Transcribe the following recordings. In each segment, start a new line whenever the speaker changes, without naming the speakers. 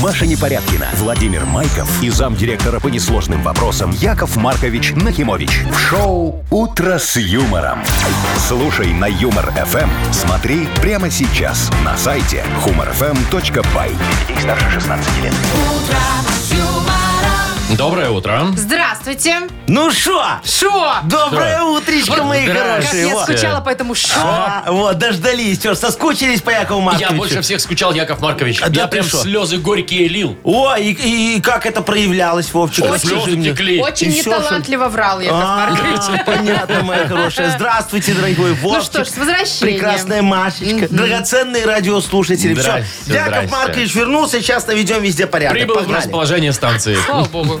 Маша Непорядкина, Владимир Майков и замдиректора по несложным вопросам Яков Маркович Нахимович. В шоу «Утро с юмором». Слушай на «Юмор-ФМ». Смотри прямо сейчас на сайте humorfm.by. Для детей старше 16 лет.
Доброе утро.
Здравствуйте.
Ну шо?
Шо?
Доброе утречко,
Вот
мои
здрасте.
Как
хорошие.
я
Во.
скучала по этому шо.
А, Вот, дождались. Все, соскучились по Якову
Я
Марковичу.
больше всех скучал, Яков Маркович.
А, да
Я
ты
прям
шо?
слезы горькие лил.
О, и, и- и как это проявлялось, Вовчик?
Слезы
Расскажи мне.
текли.
Очень
и всё,
неталантливо врал Яков
А,
Маркович.
понятно, моя хорошая. Здравствуйте, дорогой Вовчик.
Ну что ж, с возвращением.
Прекрасная Машечка. Драгоценные радиослушатели. Всё.
Здрасте,
Яков
здрасте.
Маркович вернулся, сейчас наведем везде порядок.
Прибыл в
Погнали.
расположение станции.
Слава богу.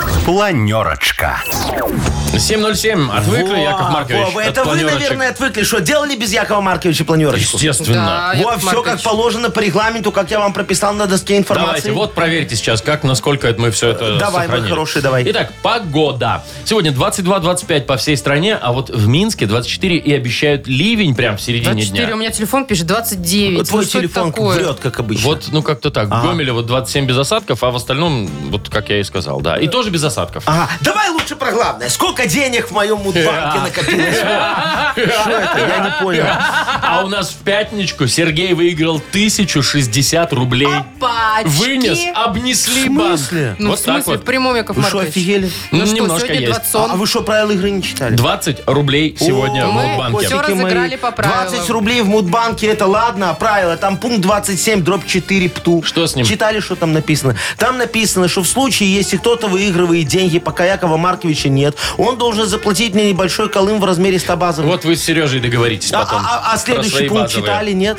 Планерочка.
7.07. Отвыкли,
Во,
Яков Маркович?
Вова,
от
это вы,
планерочек?
наверное, отвыкли. Что, делали без Якова Марковича планерочку?
Естественно.
Да,
Во,
Яков
все как
Маркович.
положено по регламенту, как я вам прописал на доске информации.
Давайте, вот проверьте сейчас, как, насколько это мы все это
Давай, мой
сохранили.
хороший, давай.
Итак, погода. Сегодня 22-25 по всей стране, а вот в Минске 24 и обещают ливень прям в середине
24, у
дня.
меня телефон пишет 29.
Твой
Ну, что это
телефон
такое?
врет, как обычно.
Вот, ну как-то так. В Гомеле вот 27 без осадков, а в остальном, вот как я и сказал, да. И тоже без осадков.
Ага, давай лучше про главное. Сколько денег в моем мудбанке накопилось? Что это? Я не понял.
А у нас в пятничку Сергей выиграл 1060 рублей.
Пачки.
Вынес, обнесли
В
банк.
смысле?
Ну,
вот
в
так
смысле,
вот.
в прямом, Яков
Вы что,
Маркович.
офигели?
Ну,
Ну,
что,
немножко
сегодня
есть.
20
А вы что, правила игры не читали?
20 рублей сегодня в
О,
Мудбанке.
всё
котики мои.
разыграли по правилам.
20 рублей в Мудбанке, это ладно, а правило, там пункт 27, дробь 4, пту.
Что с ним?
Читали, что там написано? Там написано, что в случае, если кто-то выигрывает деньги, пока Якова Марковича нет, он должен заплатить мне небольшой колым в размере 100 базовых.
Вот вы с Сережей договоритесь
А,
потом.
а- а
про свои
следующий пункт
базовые.
читали, нет?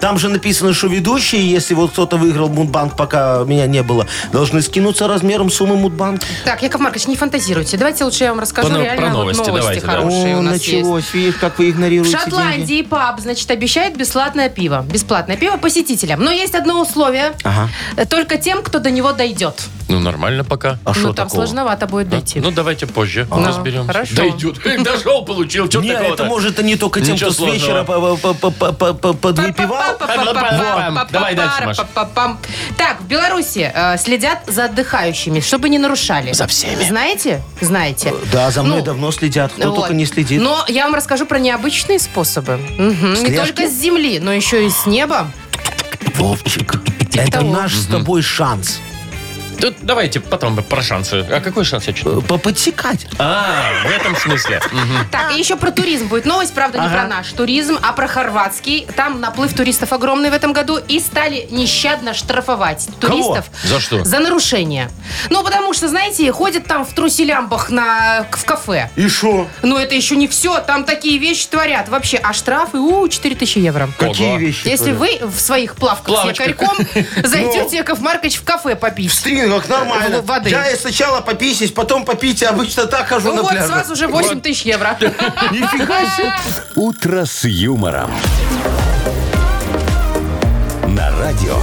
Там же написано, что ведущие, если вот кто-то выиграл Мудбанк, пока меня не было, должны скинуться размером суммы Мудбанка.
Так, Яков Маркович, не фантазируйте. Давайте лучше я вам расскажу
Про- про
реально вот
новости давайте, да.
хорошие у нас есть.
началось, видишь, как вы
В
игнорируете деньги.
Шотландии паб, значит, обещает бесплатное пиво. Бесплатное пиво посетителям. Но есть одно условие.
Ага.
Э, Только тем, кто до него дойдет.
Ну, нормально пока.
А
ну,
что
там
такого? А?
сложновато будет дойти.
Ну, давайте позже разберемся.
хорошо.
Дойдет. Э, Дошел, получил. Что
Не,
такого
это может и не только тем,
Ничего
кто с вечера по- по- по- по- по- подвыпивал.
Пам-пам-пам. Давай дальше, Маша.
Пам-пам-пам. Так, в Беларуси э, следят за отдыхающими, чтобы не нарушали. За всеми. Знаете? Знаете.
Э, Да, за мной
Ну,
давно следят, кто
Вот.
только не следит.
Но я вам расскажу про необычные способы. Мгм. Не
Слежки?
только с земли, но еще и с неба.
Вовчик, это
он.
наш с тобой шанс.
Тут давайте потом про шансы. А какой шанс я читаю?
Э, Поподсекать.
А, в этом смысле. Мгм.
Так, и еще про туризм будет новость, правда, не про наш туризм, а про хорватский. Там наплыв туристов огромный в этом году и стали нещадно штрафовать туристов.
За что?
За нарушение. Ну, потому что, знаете, ходят там в труселямбах на, в кафе.
И шо?
Но это еще не все. Там такие вещи творят вообще. А штрафы, у, 4000 евро.
Какие
Ого.
вещи?
Если
творят?
вы в своих плавках с
Плавочках.
якорьком
Ну.
зайдете, Яков Маркович, в кафе попить.
В стрингах нормально.
В- воды.
Я и сначала пописись, потом попить. Я обычно так хожу
Ну
на
вот,
пляже.
сразу же 8 тысяч евро. А
Нифига себе.
«Утро с юмором». На радио.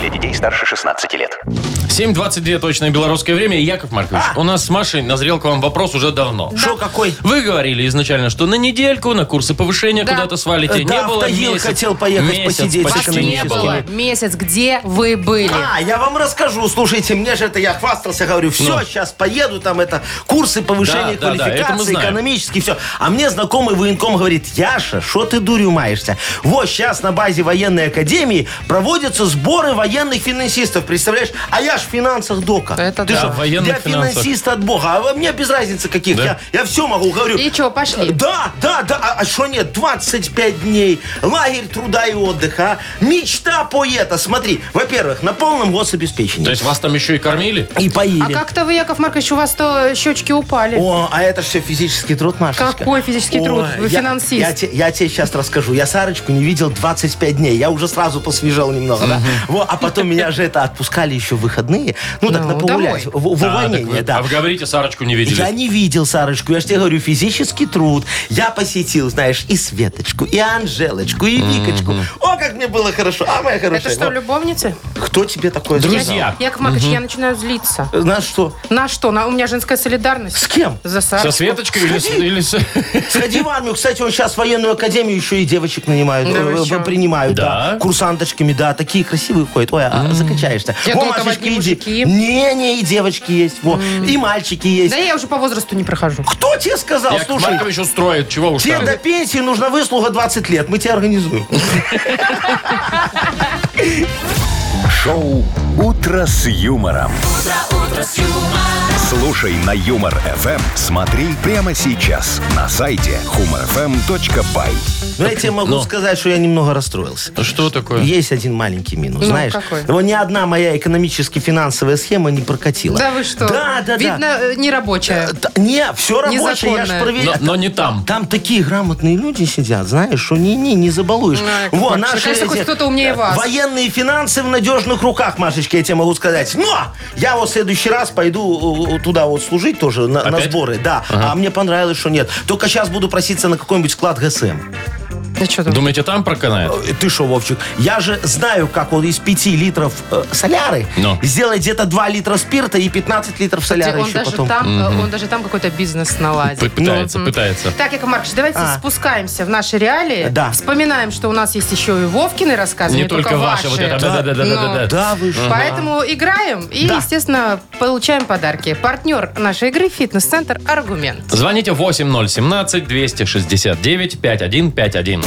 Для детей старше 16 лет.
7.22 точное белорусское время. Яков Маркович,
А.
у нас с Машей назрел к вам вопрос уже давно.
Шо какой?
Вы говорили изначально, что на недельку, на курсы повышения
Да.
куда-то свалите.
Э, да,
не было
в Тагил
месяц.
хотел поехать
Месяц
посидеть с
почти не
не
экономическими.
было.
было. Месяц, где вы были?
А, я вам расскажу. Слушайте, мне же это я хвастался, говорю, все,
Ну.
сейчас поеду, там это курсы повышения
Да, да, да, это мы
квалификации,
знаем.
экономические, все. А мне знакомый военком говорит, Яша, что ты дурью маешься? Вот сейчас на базе военной академии проводятся сборы военных финансистов, представляешь? А я ж в финансах дока.
Это
ты
да.
шо,
В военных
я
финансах.
финансист от бога, а во мне без разницы каких.
Да?
Я, я все могу, говорю.
И что, пошли?
Да, да, да. А- А что нет? 25 дней. Лагерь труда и отдыха. а? Мечта поэта. Смотри, во-первых, на полном гособеспечении.
То есть вас там еще и кормили?
И поили.
А как-то вы, Яков Маркович, у вас-то щечки упали.
О, а это все физический труд, Машечка.
Какой физический труд? Вы
я-
финансист.
Я, те- я тебе сейчас расскажу. Я Сарочку не видел 25 дней. Я уже сразу посвежал немного, да? Во, а потом меня же это отпускали еще в выходные. выходные, ну так
Ну,
на
домой.
погулять, в, в
Да, так
увольнение,
вы-
да.
А вы говорите, Сарочку не видели.
Я не видел Сарочку, я же тебе говорю, физический труд. Я посетил, знаешь, и Светочку, и Анжелочку, и Викочку. О, как мне было хорошо. А, моя хорошая.
Это что,
вот.
любовницы?
Кто тебе такое сказал?
Друзья,
Яков Маркович, я начинаю злиться.
На что?
На что? На, у меня женская солидарность.
С кем?
За
со
Сарочку.
Светочкой или, с- или с...
Сходи в армию. Кстати, он сейчас в военную академию еще и девочек нанимают.
Да вы
э,
чё?
принимают, да.
Да?
Курсанточками, да. Такие красивые ходят. Ой, а, закачаешься.
Я
Во,
думала, там
Машечка,
одни
иди.
мужики.
Не-не, и девочки есть. Во. И мальчики есть.
Да я уже по возрасту не прохожу.
Кто тебе сказал?
Яков
Слушай,
Маркович устроит, чего уж
тебе
там.
до пенсии нужна выслуга 20 лет. Мы тебя организуем.
Шоу «Утро с юмором». Слушай на Юмор ФМ, смотри прямо сейчас на сайте humorfm.by.
Но я тебе могу
ну.
сказать, что я немного расстроился.
Что такое?
Есть один маленький минус,
Ну,
знаешь?
какой?
Вот ни одна моя экономически-финансовая схема не прокатила.
Да вы что?
Да, да, да.
Видно, э, не рабочая.
Т- Не, все рабочее, я ж
Незаконная.
проверял.
Но, но не там.
Там такие грамотные люди сидят, знаешь, что не-не, не забалуешь.
Ну, Яков
Во,
Маркович,
наши
наконец-то хоть
эти
кто-то умнее вас.
Военные финансы в надежных руках, Машечка, я тебе могу сказать. Но я вот в следующий раз пойду э, туда вот служить тоже, на, на
Опять?
сборы, да. А мне понравилось, что нет. Только сейчас буду проситься на какой-нибудь склад ГСМ.
Да что там?
Думаете, там проканает?
Э, Ты что, Вовчик, я же знаю, как он из 5 литров э, соляры
Ну.
сделать где-то 2 литра спирта и 15 литров соляры
Он
еще
даже,
потом.
там, э, он даже там какой-то бизнес наладит.
Ну,
Ну,
П- Пытается, пытается.
Так, Яков Маркович, давайте
А.
спускаемся в наши реалии.
Да.
Вспоминаем, что у нас есть еще и Вовкины рассказы, не,
Не только ваша вот это.
Ну,
Да-да-да-да-да.
Да, вы что?
Поэтому играем и,
Да.
естественно, получаем подарки. Партнер нашей игры – фитнес-центр «Аргумент».
Звоните 8017-269-5151.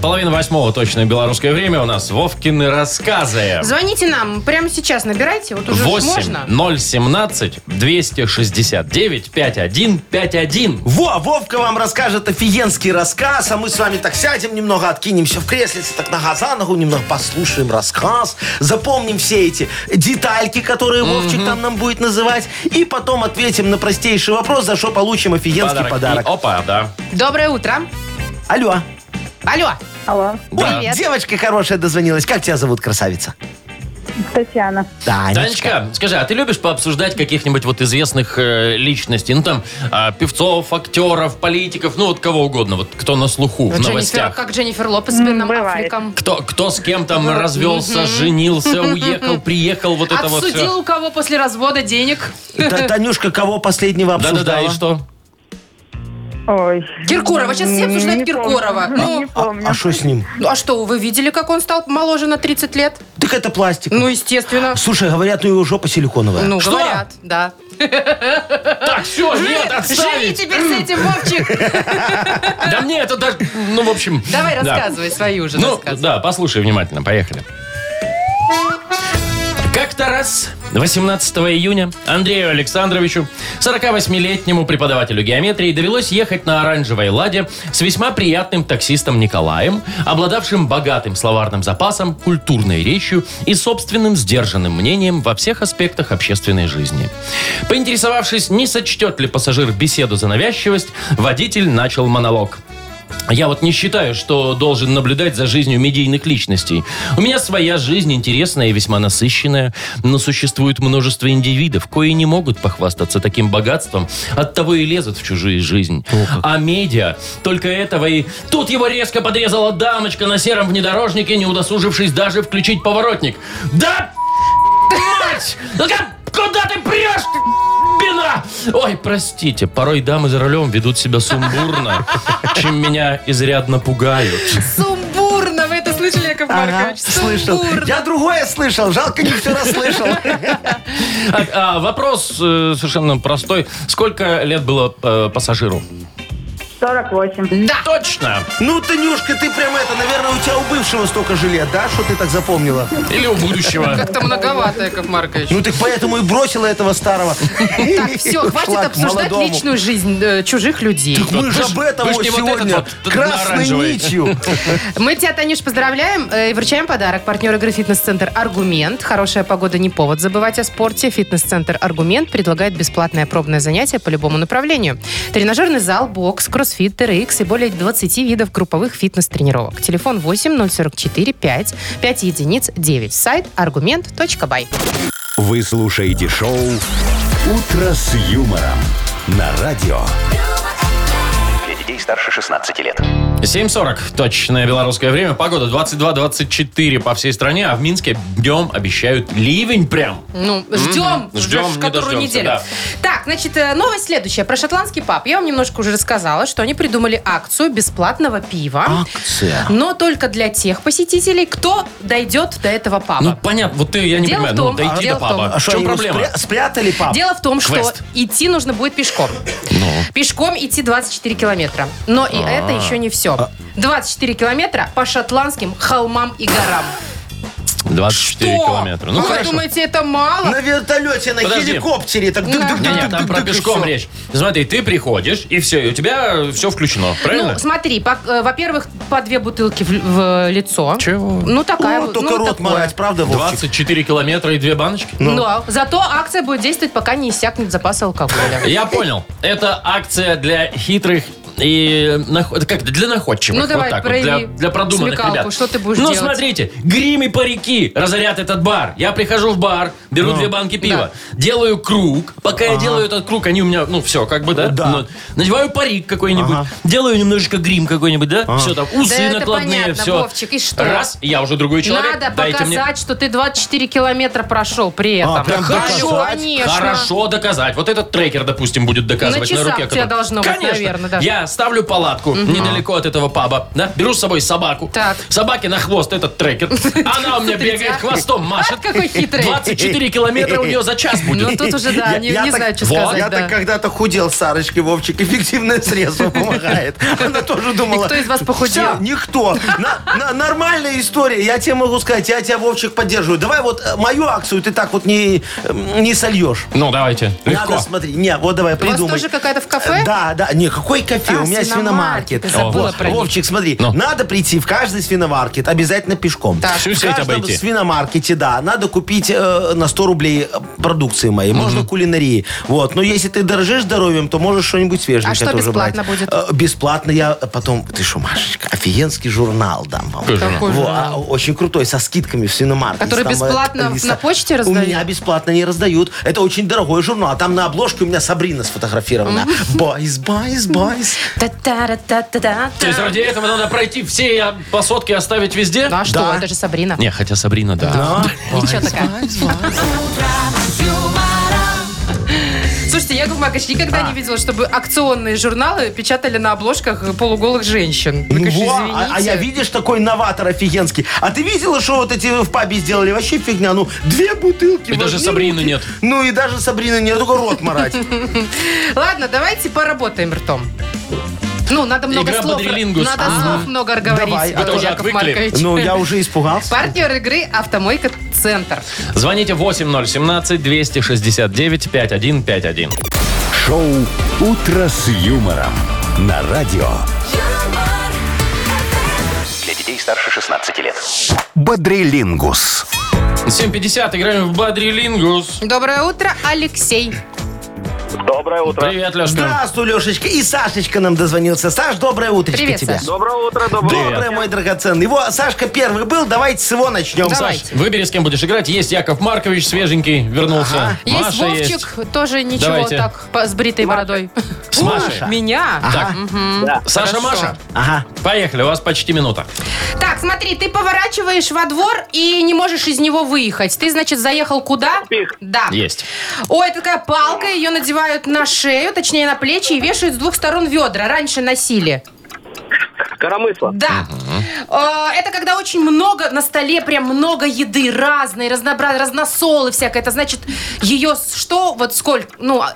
Половина восьмого точное белорусское время. У нас Вовкины рассказы.
Звоните нам прямо сейчас, набирайте. Вот уже ж
8
можно.
017 269 5151.
Во, Вовка вам расскажет офигенский рассказ, а мы с вами так сядем немного, откинемся в креслице, так нога за ногу, немного послушаем рассказ, запомним все эти детальки, которые Вовчик там нам будет называть, и потом ответим на простейший вопрос, за что получим офигенский подарок.
И Опа, да.
Доброе утро.
Алло.
Алло.
Алло,
Ой, девочка хорошая дозвонилась. Как тебя зовут, красавица?
Татьяна.
Танечка.
Танечка, скажи, а ты любишь пообсуждать каких-нибудь вот известных э, личностей? Ну там а, певцов, актеров, политиков, ну вот кого угодно, вот кто на слуху в
Дженнифер, а
новостях.
как Дженнифер Лопес с Беном
бывает.
Аффлеком.
Кто, кто с кем там развелся, женился, уехал, приехал, вот это вот
Отсудил
все.
у кого после развода денег.
Та- Танюшка, кого последнего обсуждала?
Да-да-да, и что?
Ой.
Киркорова. Сейчас все обсуждают
Не помню.
Киркорова. Ну,
Не
А-
помню.
А что с ним?
Ну, а что, вы видели, как он стал моложе на 30 лет?
Так это пластик.
Ну, естественно.
Слушай, говорят, у него жопа силиконовая.
Ну,
Что?
говорят, да.
Так, все, нет,
Живи
отставить.
теперь с этим, Вовчик.
Да мне это даже, ну, в общем.
Давай
да.
рассказывай свою же
Ну,
рассказывай.
да, послушай внимательно, поехали. Как-то раз, 18 июня, Андрею Александровичу, 48-летнему преподавателю геометрии, довелось ехать на оранжевой ладе с весьма приятным таксистом Николаем, обладавшим богатым словарным запасом, культурной речью и собственным сдержанным мнением во всех аспектах общественной жизни. Поинтересовавшись, не сочтет ли пассажир беседу за навязчивость, водитель начал монолог. Я вот не считаю, что должен наблюдать за жизнью медийных личностей. У меня своя жизнь интересная и весьма насыщенная, но существует множество индивидов, кои не могут похвастаться таким богатством, оттого и лезут в чужие жизни. А медиа только этого и... Тут его резко подрезала дамочка на сером внедорожнике, не удосужившись даже включить поворотник. Да мать! Ну как- Куда ты прешь, ты бина? Ой, простите, порой дамы за рулем ведут себя сумбурно, чем меня изрядно пугают.
Сумбурно, вы это слышали, Яков
Ага,
Маркович?
слышал.
Сумбурно.
Я другое слышал. Жалко, не все расслышал.
А, а, вопрос э, совершенно простой. Сколько лет было э, пассажиру?
48.
Да.
Точно.
Ну, Танюшка, ты прям это, наверное, у тебя у бывшего столько же лет, да, что ты так запомнила?
Или у будущего.
Как-то многовато, Яков Маркович.
Ну, ты поэтому и бросила этого старого.
Так, все, хватит
Ушла к
обсуждать
молодому.
личную жизнь э, чужих людей.
Мы же
Вы ж-
об этом
вы ж
вот
не вот этот
сегодня
вот т-
красной
оранжевый.
нитью.
Мы тебя, Танюш, поздравляем э, и вручаем подарок. Партнер игры «Фитнес-центр Аргумент». Хорошая погода не повод забывать о спорте. «Фитнес-центр Аргумент» предлагает бесплатное пробное занятие по любому направлению. Тренажерный зал, бокс, кроссфит, ТРХ и более 20 видов групповых фитнес-тренировок. Телефон 8 044 5 5 единиц 9. Сайт argument.by.
Вы слушаете шоу «Утро с юмором» на радио.
Для детей старше 16 лет.
7.40, точное белорусское время. Погода 22-24 по всей стране, а в Минске днем обещают ливень прям.
Ну, ждем,
Мгм. Ждем,
уже
не
в которую
дождемся,
неделю.
да.
Так, значит, э, новость следующая про шотландский паб. Я вам немножко уже рассказала, что они придумали акцию бесплатного пива.
Акция.
Но только для тех посетителей, кто дойдет до этого паба.
Ну, понятно, вот ты, я не
Дело
понимаю,
в
ну,
том,
дойти
дело
до
в том.
паба.
А
В
что,
чем
они его
проблема?
спря- спрятали, пап?
Дело в том, что
а Квест. Ну.
идти нужно будет пешком. Пешком идти 24 километра. Но и
А.
это еще не все. 24 километра по шотландским холмам и горам.
24
Что?
километра. Ну,
Вы
хорошо.
думаете, это мало?
На вертолете, на
Подожди.
геликоптере. Так
Не-не, там про пешком речь. Смотри, ты приходишь, и все, и у тебя все включено, правильно?
Ну, смотри, по- э, во-первых, по две бутылки в, л- в лицо.
Чего?
Ну, такая
Ну,
вот.
только
ну,
рот
такое.
морать, правда, Вовчик?
24 километра и две баночки?
Ну. а Зато акция будет действовать, пока не иссякнет запас алкоголя.
Я понял. Это акция для хитрых и нах- как это, для находчивых.
Ну, давай,
вот так вот,
прояви
для, для продуманных
смекалку,
ребят.
что ты будешь
ну,
делать?
смотрите, грими парики разорят этот бар. Я прихожу в бар,
Ну.
беру две банки пива, делаю круг. Пока я делаю этот круг, они у меня, ну, все, как бы, да?
Да.
Ну, надеваю парик какой-нибудь,
Ага.
делаю немножечко грим какой-нибудь, да? Все там, усы
Да это
накладные,
понятно,
все.
Вовчик, и что?
Раз, я уже другой человек.
Надо
Дайте
показать,
мне.
что ты 24 километра прошел при этом.
А, прям
хорошо,
доказать?
конечно.
Хорошо доказать. Вот этот трекер, допустим, будет доказывать
На
на,
часах
руке.
у тебя
который-
должно быть,
Конечно.
наверное, да.
Я ставлю палатку недалеко от этого паба. Да? Беру с собой собаку.
Так.
Собаке на хвост этот трекер. Она у меня бегает, хвостом машет.
Вот какой хитрый.
24 километра у нее за час
Ну,
будет.
тут уже, да,
Я-
не,
я
не
так-
знаю, что
вот,
Я
сказать. да.
так когда-то худел с Сарочкой, Вовчик. Эффективное средство помогает. Она тоже думала...
И кто из вас похудел?
«Всё, никто. На- на- Нормальная история. Я тебе могу сказать, я тебя, Вовчик, поддерживаю. Давай вот э, мою акцию ты так вот не эм, не сольешь.
Ну, давайте. Легко.
Надо, смотри. Не, вот давай,
У вас
придумай. Э,
тоже какая-то в кафе?
Да, да. Не, какой кофе?
А,
У меня
свиномаркет.
свиномаркет.
Я забыла
О,
про них.
Вовчик, смотри.
Ну.
Надо прийти в каждый свиномаркет, обязательно пешком.
Так.
Всю
в
сеть
каждом
обойти.
свиномаркете, да, надо купить э, на 100 рублей э, продукции моей. Можно кулинарии. Вот. Но если ты дорожишь здоровьем, то можешь что-нибудь свеженькое
А что
тоже
бесплатно
брать.
будет?
Э, бесплатно я потом... Ты что, Машечка, офигенский журнал дам вам.
Какой журнал?
Какой
Во,
журнал?
а, очень крутой, со скидками в свиномаркете.
Который
Там, э,
бесплатно
листа.
на почте
У
раздают?
меня бесплатно не раздают. Это очень дорогой журнал. Там на обложке у меня Сабрина сфотографирована. Бойс, бойс, бойс.
Та-та-ра-та-та-та.
То есть ради этого надо пройти все э, посотки оставить везде?
Ну а что,
Да.
это же Сабрина.
Не, хотя Сабрина,
А,
да.
Ничего такая. Слушайте, Яков Макович, никогда
А.
не видела, чтобы акционные журналы печатали на обложках полуголых женщин. Вы,
Ну
конечно,
во, а, а я
извините.
видишь такой новатор офигенский. А ты видела, что вот эти в пабе сделали? Вообще фигня. Ну, две бутылки.
И даже
возьми
Сабрины
руки.
нет.
Ну и даже Сабрины нет, только рот марать.
Ладно, давайте поработаем ртом. Ну, надо много
Игра
слов.
«Бодрилингус».
Надо
А.
слов много говорить.
Давай, а
то уже
Яков
отвыкли.
Маркович.
Ну, я уже испугался.
Партнер игры «Автомойка Центр».
Звоните 8017-269-5151.
Шоу «Утро с юмором» на радио.
юмор,
Для детей старше 16 лет.
Бодрилингус.
7.50, играем в Бадрилингус.
Доброе утро, Алексей.
Доброе утро.
Привет, Лешка.
Здравствуй, Лешечка. И Сашечка нам дозвонился. Саш, доброе утречко
Привет,
тебе.
Саш.
Доброе утро, доброе.
Доброе, мой драгоценный. Его Сашка первый был, давайте с его начнем.
Давай.
Саш,
Давайте.
Выбери, с кем будешь играть. Есть Яков Маркович, свеженький, вернулся.
Есть
Маша есть.
Вовчик, тоже ничего
Давайте.
так, по- с бритой бородой.
С Машей.
Меня?
Так, Саша,
Хорошо.
Маша,
Ага.
поехали, у вас почти минута.
Так, смотри, ты поворачиваешь во двор и не можешь из него выехать. Ты, значит, заехал куда?
Тупик.
Да.
Есть.
Ой, это такая палка, ее надевают на шею, точнее на плечи и вешают с двух сторон ведра. Раньше носили.
Коромысло.
Да. Э, Это когда очень много на столе, прям много еды, разные, разнообразные, разносолы всякое. Это значит, ее с- что, вот сколько, ну, а,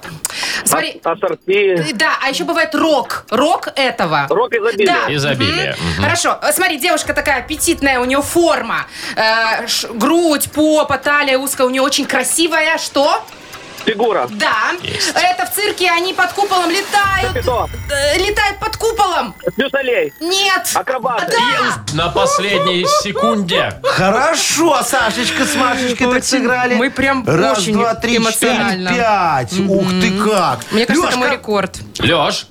Смотри,
А- Ассорти.
Да, а еще бывает рок. Рок этого.
Рок изобилия.
Да.
Изобилие.
Мгм. Хорошо. А, Смотри, девушка такая аппетитная, у нее форма. Э, ш- грудь, попа, талия узкая, у нее очень красивая. Что?
Фигура.
Да.
Есть.
Это в цирке они под куполом летают.
Капитон.
Э, Летают под куполом.
Дюшалей.
Нет.
Акробаты.
Да.
На последней секунде.
Хорошо, Сашечка с Машечкой так сыграли.
мы прям
Раз,
очень
два, три,
эмоционально.
четыре, пять. Ух ты как.
Мне кажется, это
Лёшка,
мой рекорд.
Леш,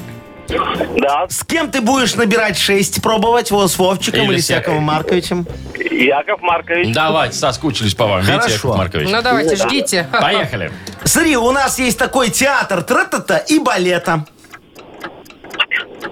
Да.
с кем ты будешь набирать шесть, пробовать? Вот с Вовчиком
Или
или
с
с Яковом Марковичем?
Яков Маркович.
давайте, соскучились по вам. Видите,
Хорошо.
Яков Маркович.
Ну давайте, ждите.
Поехали.
Смотри, у нас есть такой театр тра-та-та и балета.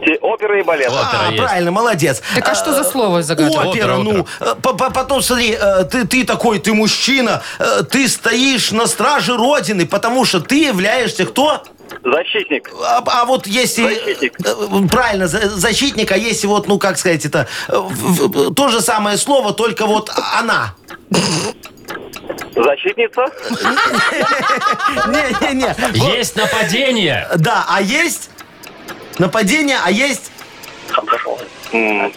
Те- Опера и балет.
Опера
А,
есть.
правильно, молодец. Э,
Так а что за слово загадывал?
Опера,
Опера, ну. э, по- по- Потом, смотри, э, ты, ты такой, ты мужчина, э, ты стоишь на страже Родины, потому что ты являешься кто?
Защитник.
А, а вот если...
Защитник.
э, Правильно, за- защитник, а если вот, ну, как сказать, это... э, в- в- То же самое слово, только вот а- она.
Защитница.
Не-не-не. Вот,
Есть нападение.
Да, а есть... Нападение, а есть...
М,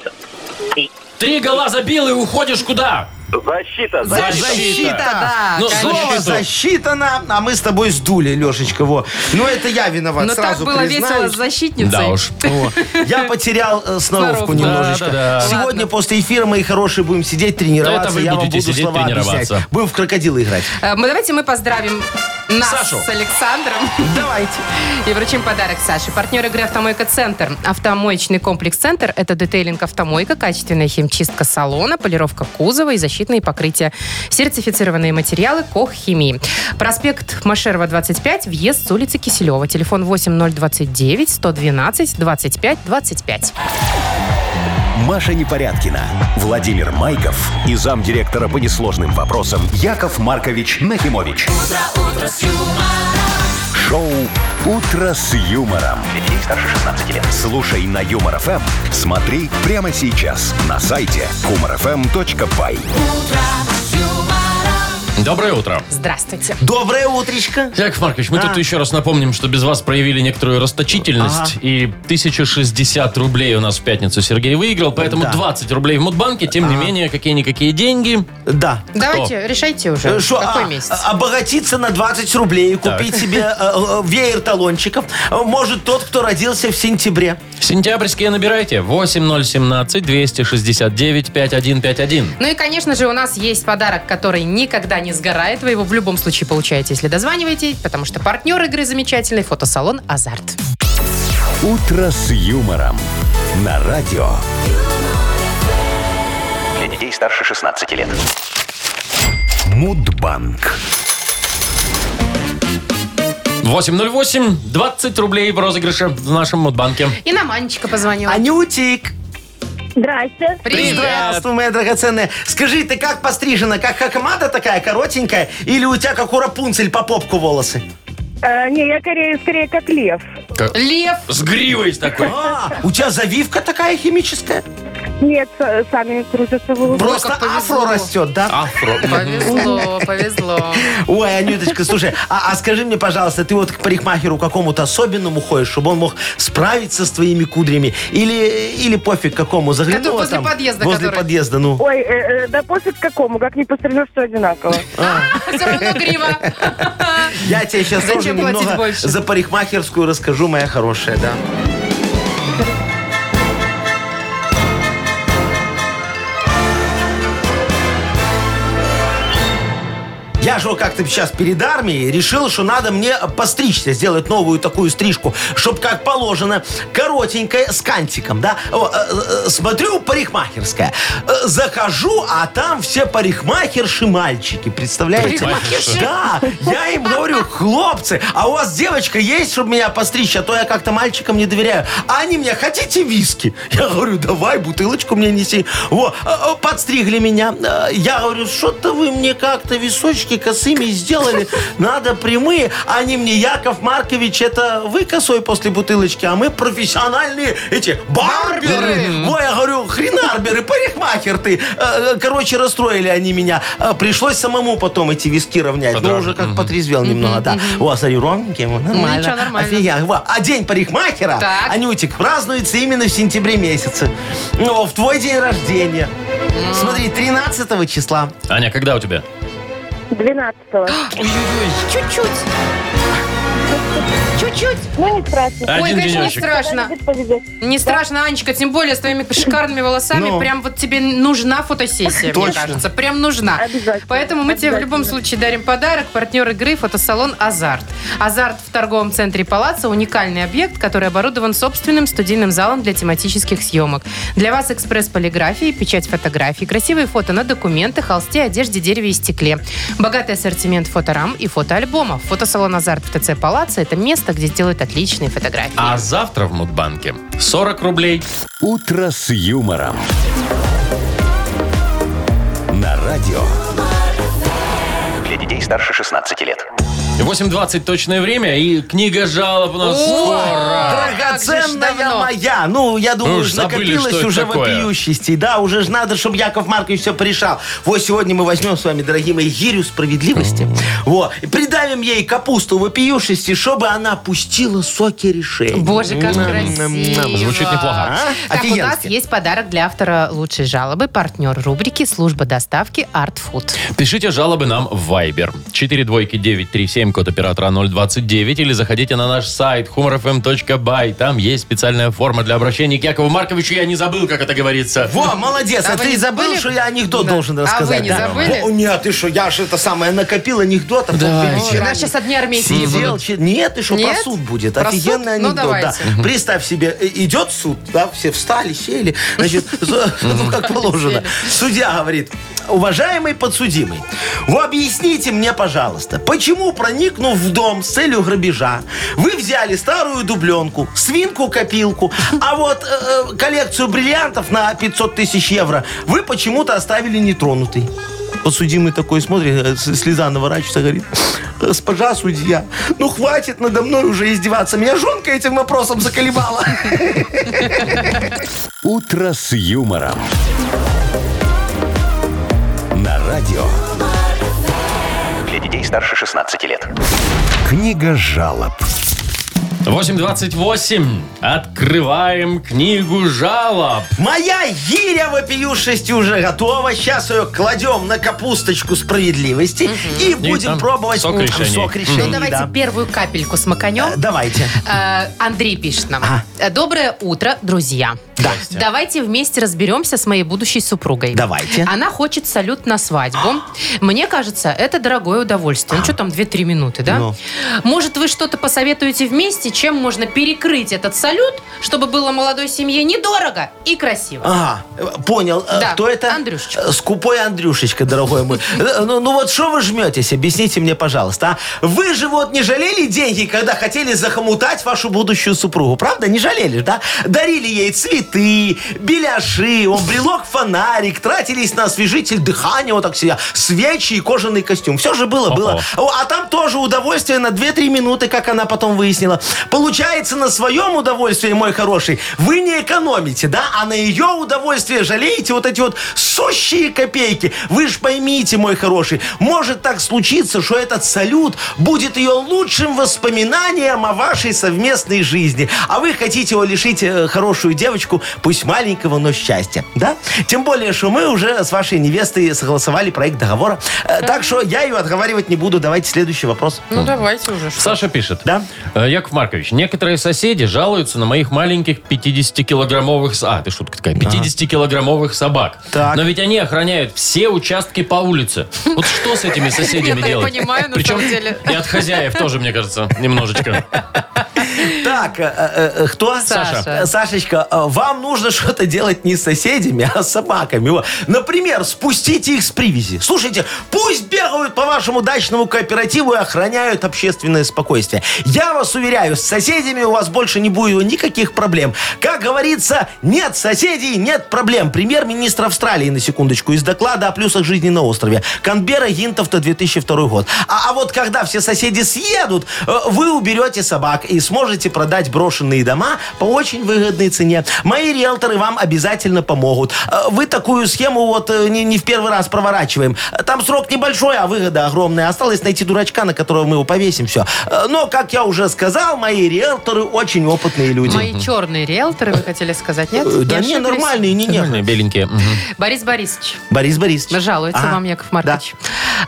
Три гола забил и уходишь куда?
Защита.
Защита.
да,
Ну,
конечно.
Слово засчитано, а мы с тобой сдули, Лешечка, во. Ну, это я виноват,
Но так
сразу
было весело
признаюсь.
с защитницей.
Да уж.
О, Я потерял э, сноровку
Сноровку.
немножечко.
Да, да, да.
Сегодня
Ладно.
после эфира, мои хорошие, будем сидеть,
Да
тренироваться.
это вы
я вам
будете
буду
сидеть,
слова
тренироваться.
объяснять. Будем в крокодилы играть.
Э, Мы давайте мы поздравим нас
Сашу.
с Александром.
Давайте.
И вручим подарок Саше. Партнер игры «Автомойка Центр». Автомоечный комплекс «Центр» — это детейлинг «Автомойка», качественная химчистка салона, полировка кузова и защитные покрытия. Сертифицированные материалы «Коххимии». Проспект Машерова, 25, въезд с улицы Киселева. Телефон 8029 112 25 25.
Маша Непорядкина, Владимир Майков и замдиректора по несложным вопросам Яков Маркович Нахимович. Шоу Утро с юмором. Детей старше 16 лет. Слушай на юмор ФМ. Смотри прямо сейчас на сайте эм humorfm.by.
Доброе утро.
Здравствуйте.
Доброе утречко.
Яков Маркович, мы
А.
тут еще раз напомним, что без вас проявили некоторую расточительность. И 1060 рублей у нас в пятницу Сергей выиграл, поэтому
Да.
20 рублей в Мудбанке, тем не менее, какие-никакие деньги.
Да.
Давайте, решайте уже.
Э, шо,
Э, Какой
а,
месяц?
а, Обогатиться на 20 рублей и купить себе э, э, веер талончиков э, может тот, кто родился в сентябре.
Сентябрьские набирайте 8017 269 5151.
Ну и, конечно же, у нас есть подарок, который никогда не сгорает. Вы его в любом случае получаете, если дозваниваете, потому что партнер игры замечательный, фотосалон «Азарт».
Утро с юмором. На радио.
Для детей старше 16 лет.
Мудбанк.
808 20 рублей в розыгрыше в нашем Мудбанке.
И нам Анечка позвонила.
А Анютик.
Здрасте.
Здравствуй, моя драгоценная. Скажи, ты как пострижена? Как хакамада такая, коротенькая? Или у тебя как у Рапунцель по попку волосы?
Э, не, я скорее, скорее как лев.
Лев.
С гривой с такой.
А, у тебя завивка такая химическая?
Нет, с- сами крутятся волосы.
Просто
как повезло.
афро растет, да?
Афро.
Повезло, повезло.
Ой, Анюточка, слушай, а, а скажи мне, пожалуйста, ты вот к парикмахеру какому-то особенному ходишь, чтобы он мог справиться с твоими кудрями? Или, или пофиг какому? Заглянула
Который возле
там,
подъезда,
Возле
который.
подъезда, ну.
Ой, э, э, да пофиг какому, как не пострижешь, все одинаково.
Все равно грива.
Я тебе сейчас
Зачем
тоже
платить
немного
больше?
за парикмахерскую расскажу, моя хорошая, да. Я же вот как-то сейчас перед армией решил, что надо мне постричься, сделать новую такую стрижку, чтоб как положено, коротенькая, с кантиком, да. О, э, э, Смотрю, парикмахерская. Э, Захожу, а там все парикмахерши мальчики, представляете?
Парикмахерши?
Да, я им говорю, хлопцы, а у вас девочка есть, чтобы меня постричь, а то я как-то мальчикам не доверяю. А они мне, хотите виски? Я говорю, давай, бутылочку а, мне неси. Во, э, э, подстригли меня. Э, Я говорю, что-то вы мне как-то височки косыми сделали. Надо прямые. Они мне, Яков Маркович, это вы косой после бутылочки, а мы профессиональные эти барберы. Во, я говорю, хренарберы, парикмахер ты. Э, э, Короче, расстроили они меня. Э, Пришлось самому потом эти виски равнять. Ну, уже как потрезвел немного, да. О, смотри, ровненький. вот,
ничего,
Нормально.
нормально.
Офигенно. Во, А день парикмахера,
Так.
Анютик, празднуется именно в сентябре месяце. Но в твой день рождения. Смотри, 13 числа.
Аня, когда у тебя?
12-го.
Чуть-чуть. Чуть-чуть.
Ну, не страшно.
Один
Ой, конечно, не
денечек.
страшно.
Подождет, подождет.
Не страшно, Анечка, тем более с твоими шикарными волосами.
Ну.
Прям вот тебе нужна фотосессия, мне
Точно.
кажется. Прям нужна.
Обязательно.
Поэтому мы тебе в
Обязательно.
любом случае дарим подарок. Партнер игры фотосалон «Азарт». «Азарт» в торговом центре «Палаца» – уникальный объект, который оборудован собственным студийным залом для тематических съемок. Для вас экспресс полиграфии, печать фотографий, красивые фото на документы, холсте, одежде, дереве и стекле. Богатый ассортимент фоторам и фотоальбомов. Фотосалон «Азарт» в ТЦ «Палаца» – это место, где делают отличные фотографии.
А завтра в Мудбанке 40 рублей.
«Утро с юмором». На радио.
Для детей старше 16 лет.
8.20 точное время и книга жалоб у нас скоро.
Как же ж
Драгоценная
давно.
моя. Ну, я думаю,
уж
уж
забыли, что
накопилось
это
уже
такое.
вопиющести. Да, уже же надо, чтобы Яков Маркович все порешал. Вот сегодня мы возьмем с вами, дорогие мои, гирю справедливости. Вот. И придавим ей капусту вопиющести, чтобы она пустила соки решений.
Боже, как красиво.
Звучит неплохо.
А?
Так, у нас
Офигенски.
есть подарок для автора лучшей жалобы, партнер рубрики «Служба доставки Art Food».
Пишите жалобы нам в Viber. 4 двойки 937, код оператора 029. Или заходите на наш сайт humorfm.by. Там есть специальная форма для обращения к Якову Марковичу. Я не забыл, как это говорится.
Во, молодец.
А
А,
вы
ты
не
забыл,
забыли?
что я анекдот
Да.
должен
А вы
рассказать?
не
да?
забыли?
О, нет, ты что, я же это самое накопил анекдотов.
Давайте.
Вот
Ой,
вчера
у нас сейчас одни армейские
Сидел,
будут.
че- нет, ты что, про
Нет?
суд будет.
Про
Офигенный
суд? Ну,
анекдот, да.
давайте.
Представь себе, э, идет суд, да, все встали, сели, значит, за- ну, как положено. Судья говорит, уважаемый подсудимый, вы объясните мне, пожалуйста, почему, проникнув в дом с целью грабежа, вы взяли старую дубленку, свинку-копилку, а вот э, э, коллекцию бриллиантов на 500 тысяч евро вы почему-то оставили нетронутой. Подсудимый такой смотрит, э, с- слеза наворачивается, говорит, госпожа судья, ну хватит надо мной уже издеваться. Меня жонка этим вопросом заколебала.
«Утро с юмором». На радио.
Для детей старше 16 лет.
Книга жалоб.
8.28. Открываем книгу жалоб.
Моя гиря вопиюшесть уже готова. Сейчас ее кладем на капусточку справедливости и будем
там
пробовать
сок
м,
решений.
сок
Ну,
решений,
давайте
да.
первую капельку смаканем.
Э, Давайте.
Э, Андрей пишет нам. Э, Доброе утро, друзья. Давайте вместе разберемся с моей будущей супругой.
Давайте.
Она хочет салют на свадьбу. Мне кажется, это дорогое удовольствие. Ну, что там, 2-3 минуты, да?
Ну.
Может, вы что-то посоветуете вместе, чем можно перекрыть этот салют, чтобы было молодой семье недорого и красиво?
Ага, э, понял. Э,
Да,
Кто это?
Андрюшечка.
Э, Скупой Андрюшечка, дорогой мой. Э, Ну, ну вот что вы жметесь? Объясните мне, пожалуйста. а? Вы же вот не жалели деньги, когда хотели захомутать вашу будущую супругу, правда? Не жалели, да? Дарили ей цветы, беляши, он брелок, фонарик, тратились на освежитель дыхания, вот так себя, свечи и кожаный костюм. Все же было, было. О, А там тоже удовольствие на 2-3 минуты, как она потом выяснила. Получается, на своем удовольствии, мой хороший, вы не экономите, да? А на ее удовольствие жалеете вот эти вот сущие копейки. Вы ж поймите, мой хороший, может так случиться, что этот салют будет ее лучшим воспоминанием о вашей совместной жизни. А вы хотите его лишить э, хорошую девочку, пусть маленького, но счастья, да? Тем более, что мы уже с вашей невестой согласовали проект договора. Э, Так что я ее отговаривать не буду. Давайте следующий вопрос.
Ну, давайте уже. что.
Саша пишет.
Да.
«Э, Яков Маркович, некоторые соседи жалуются на моих маленьких 50-килограммовых... с- А, ты шутка такая. 50-килограммовых собак.
Так.
Но ведь они охраняют все участки по улице. Вот что с этими соседями
Я-то и
делать?
понимаю, на
Причем
самом деле.
и от хозяев тоже, мне кажется, немножечко.
Так, э, э, э, кто?
Саша.
Э, Сашечка, э, вам нужно что-то делать не с соседями, а с собаками. Во. Например, спустите их с привязи. Слушайте, пусть бегают по вашему дачному кооперативу и охраняют общественное спокойствие. Я вас уверяю, с соседями у вас больше не будет никаких проблем. Как говорится, нет соседей, нет проблем. Премьер-министр Австралии, на секундочку, из доклада о плюсах жизни на острове. Канбера Гинтовта 2002 год. А, а вот когда все соседи съедут, э, вы уберете собак и сможете продать брошенные дома по очень выгодной цене. Мои риэлторы вам обязательно помогут. Э, Вы такую схему вот э, не, не в первый раз проворачиваем. Э, Там срок небольшой, а выгода огромная. Осталось найти дурачка, на которого мы его повесим. Все. Но, как я уже сказал, мои риэлторы очень опытные люди.
Мои черные риэлторы, вы хотели сказать, нет?
Э, Да
Я
не,
ошиблись?
нормальные, не, не.
Нормальные, беленькие. Мгм.
Борис Борисович,
Борис Борисович.
жалуется
Ага.
вам Яков Маркович.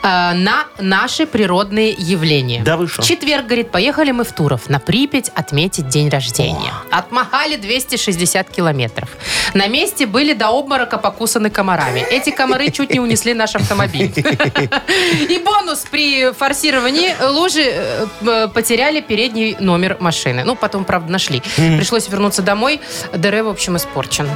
А, на наши природные явления.
Да вы шо?
В четверг, говорит, поехали мы в Туров на Припять отметить день рождения. Отмахали 260 километров. На месте были до обморока покусаны комарами. Эти комары чуть не унесли наш автомобиль. И бонус при форсировании лужи э, э, потеряли передний номер машины. Ну, потом, правда, нашли. Пришлось вернуться домой. ДР, в общем, испорчен.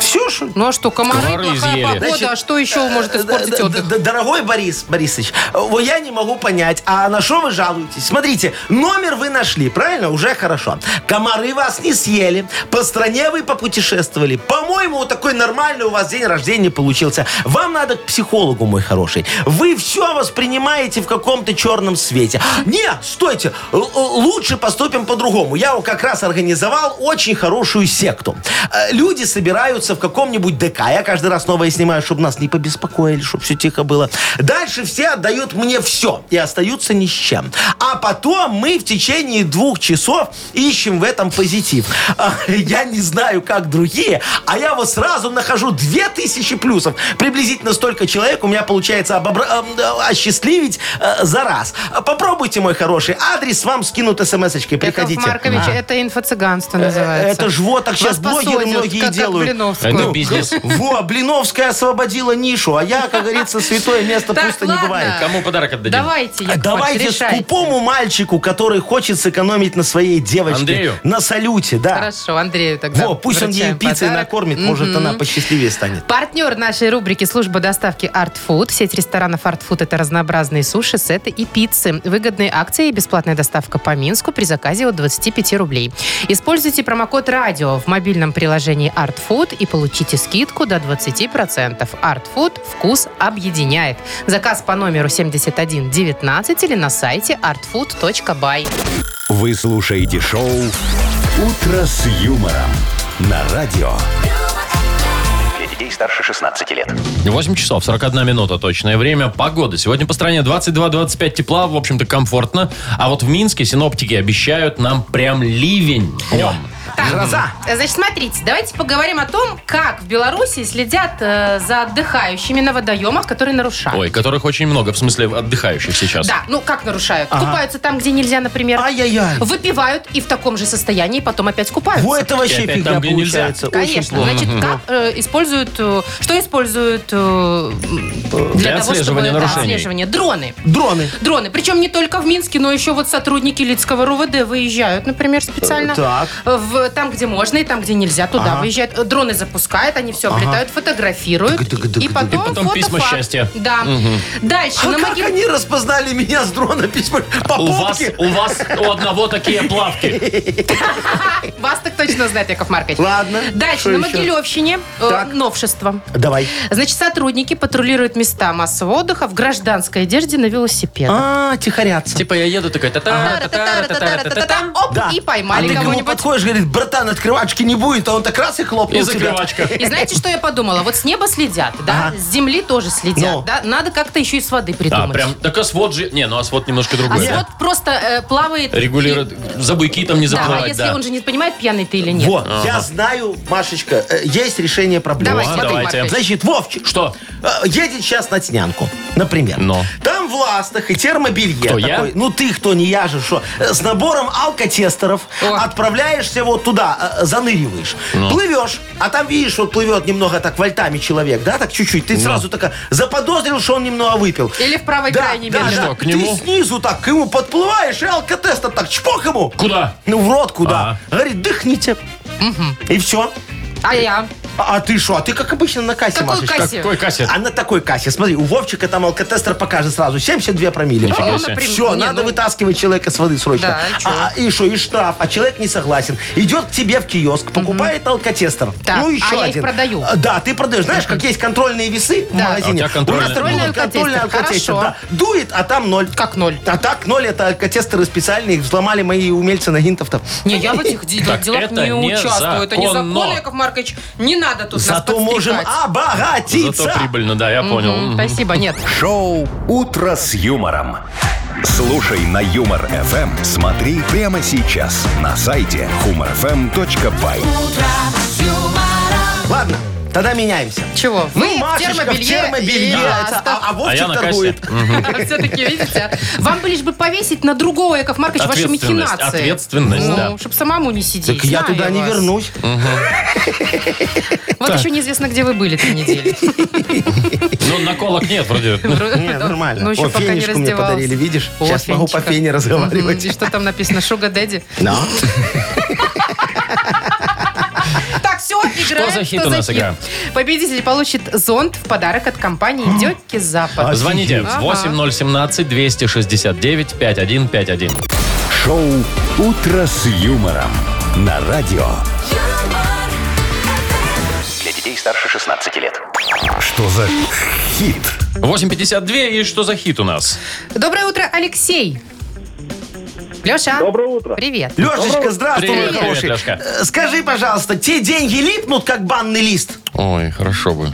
Все, что ли?
Ну а что, комары,
Комары
плохая
изъели.
погода,
Значит,
а что еще может испортить
Д- д-
отдых?
д- Дорогой Борис Борисович, э, во, я не могу понять, а на что вы жалуетесь? Смотрите, номер вы нашли, правильно? Уже хорошо. Комары вас не съели, по стране вы попутешествовали. По-моему, вот такой нормальный у вас день рождения получился. Вам надо к психологу, мой хороший. Вы все воспринимаете в каком-то черном свете. Не, стойте, л- л- лучше поступим по-другому. Я вот как раз организовал очень хорошую секту. Э, Люди собираются в каком-нибудь ДК. Я каждый раз новое снимаю, чтобы нас не побеспокоили, чтобы все тихо было. Дальше все отдают мне все и остаются ни с чем. А потом мы в течение двух часов ищем в этом позитив. А, Я не знаю, как другие, а я вот сразу нахожу 2000 плюсов. Приблизительно столько человек у меня получается обобра- эм, э, осчастливить э, за раз. А Попробуйте, мой хороший. Адрес вам скинут смс-очкой. Приходите.
Яков Маркович,
А.
это инфо-цыганство
Э,
называется.
Это ж вот так
Вас
сейчас блогеры
посадят,
многие
как- как
делают.
Блиновскую.
Это Э, ну, бизнес.
Во, Блиновская освободила нишу, а я, как говорится, святое место
Так,
пусто не
ладно.
бывает.
Кому подарок отдадим?
Давайте, Яков
Давайте
Маркович, решайте.
скупому мальчику, который хочет сэкономить на своей девочке.
Андрею?
На салюте, да.
Хорошо, Андрею тогда
Во, пусть он ей
вручаем
пиццей
подарок.
накормит, может, она посчастливее станет.
Партнер нашей рубрики «Служба доставки Art Food». Сеть ресторанов Art Food – это разнообразные суши, сеты и пиццы. Выгодные акции и бесплатная доставка по Минску при заказе от 25 рублей. Используйте промокод «Радио» в мобильном приложении Art Food и получите скидку до 20%. Art Food – вкус объединяет. Заказ по номеру 7119 или на сайте artfood.by.
Вы слушаете шоу «Утро с юмором» на радио.
Для детей старше 16 лет.
8 часов 41 минута точное время. Погода. Сегодня по стране 22-25 тепла, в общем-то, комфортно. А вот в Минске синоптики обещают нам прям ливень. днем.
Так,
Гроза.
Значит, смотрите, давайте поговорим о том, как в Беларуси следят э, за отдыхающими на водоемах, которые нарушают.
Ой, которых очень много, в смысле отдыхающих сейчас.
Да, ну как нарушают? Купаются там, где нельзя, например.
Ай-яй-яй.
Выпивают и в таком же состоянии потом опять купаются.
Во, это вообще
опять
фигня
там, где нельзя.
получается. Очень
Конечно.
плохо.
Значит, как э, используют, э, что используют э, м,
Для
того, чтобы
отслеживания
да,
нарушений.
отслеживания? Дроны.
Дроны.
Дроны. Причем не только в Минске, но еще вот сотрудники Лидского РУВД выезжают, например, специально.
Э, так.
В, там, где можно и там, где нельзя, туда
Ага.
выезжают. Э, Дроны запускают, они все облетают, фотографируют.
Тык-тык-тык-тык.
И потом,
И потом
фото
письма
факт.
счастья.
Да. Дальше.
А
на
как
могил-
они распознали меня с дрона письма? По
А У вас,
попке?
у вас, у одного такие плавки.
Вас так точно знает, Яков Маркович.
Ладно.
Дальше.
Что
На
еще?
Могилевщине э,
Так.
новшество.
Давай.
Значит, сотрудники патрулируют места массового отдыха в гражданской одежде на велосипедах.
А, тихорятся.
Типа я еду такой... та-та, та-та, та-та, та-та.
Оп,
А. Да.
и поймали
а ты к нему
кого-нибудь.
подходишь, говорит, братан, открывачки не будет, а он так раз и хлопнул
И
тебя.
закрывачка.
И знаете, что я подумала? Вот с неба следят, да?
Ага.
С земли тоже следят,
Ну.
да? Надо как-то еще и с воды
Да,
придумать.
А, прям... Так асфот же... Не, ну асфот немножко
А
другой. да.
свод просто э, плавает...
Регулирует... За буйки там не
Да, а
заплывать,
если
да.
он же не понимает, пьяный ты или нет.
Вот, я знаю, Машечка, э, есть решение проблемы.
Давайте,
Ну,
Яков
давайте.
э,
Маркович.
Значит, Вовчик
Что?
э, едет сейчас на Снянку, например.
Но.
Там в ластах и термобелье.
Кто, я?
Такой, Ну ты кто, не я же, что? Э, С набором алкотестеров
О.
отправляешься вот туда, э, заныриваешь. Плывешь, а там видишь, вот плывет немного так вольтами человек, да, так чуть-чуть. Ты сразу такая заподозрил, что он немного выпил.
Или в правой
Да,
крайней
да,
мере.
да.
Что, к нему?
Ты снизу так к ему подплываешь, и алкотестер так чпок ему.
Куда?
Ну, в рот куда. Говорит, дыхните. И все.
А я?
А, а ты что? А ты как обычно на кассе,
Какой
Машечка.
кассе?
Какой кассет?
А на такой кассе, смотри, у Вовчика там алкотестер покажет сразу 72 промилле.
Нифига себе.
например,
Все,
не,
надо
ну-
вытаскивать человека с воды срочно.
Да, и чё?
а, и что, и штраф. А человек не согласен. Идет к тебе в киоск, покупает алкотестер.
Так,
Ну, еще
а я их
один.
продаю.
А, Да, ты продаешь. Знаешь, как есть контрольные весы в
Да.
А у
магазине?
тебя контрольный.
У нас
Контрольный
был контрольный
алкотестер,
алкотестер.
хорошо.
да. Дует, а там ноль.
Как ноль?
А так, ноль это алкотестеры специальные, их взломали мои умельцы на гинтов-то.
Не, я в этих де-
Так,
делах
это
не
не
участвую. Это не
законно.
закон, Яков Маркович. Не надо тут нас
Зато можем
подстрекать.
обогатиться.
Зато прибыльно, да, я понял.
М,
Мгм.
Спасибо, нет.
Шоу «Утро с юмором». Слушай на Юмор ФМ. Смотри прямо сейчас на сайте humorfm.by.
Ладно, тогда меняемся.
Чего? Вы в
Ну, Машечка
термобелье,
в термобелье,
и
а,
Астаф.
а Вовчик
А я на
торгует.
кассе.
Все-таки, видите, вам бы лишь бы повесить на другого, Яков Маркович, ваши
Ответственность,
махинации.
ответственность,
ну,
да.
чтобы самому не сидеть.
Так я
Знаю
туда не
вас.
вернусь.
Вот еще неизвестно, где вы были три недели.
Ну, наколок нет вроде.
Не, нормально.
Ну, еще
О,
пока не
фенечку мне
раздевался.
подарили, видишь?
О,
Сейчас могу по
фенечка.
фене разговаривать.
Мгм, И что там написано? Шуга Дэдди?
Да.
Так, все, играем.
за хит у нас игра?
Победитель получит зонт в подарок от компании «Дегки
А,
Запад».
Звоните
А Ага.
8017-269-5151.
Шоу «Утро с юмором» на радио.
юмор,
Для детей старше 16 лет.
Что за хит?
8.52, и что за хит у нас?
Доброе утро, Алексей. Леша.
Доброе утро.
Привет.
Лешечка, здравствуй, мой
Привет, привет,
хороший.
Лёшка.
Э, Скажи, пожалуйста, те деньги липнут, как банный лист?
Ой, хорошо бы.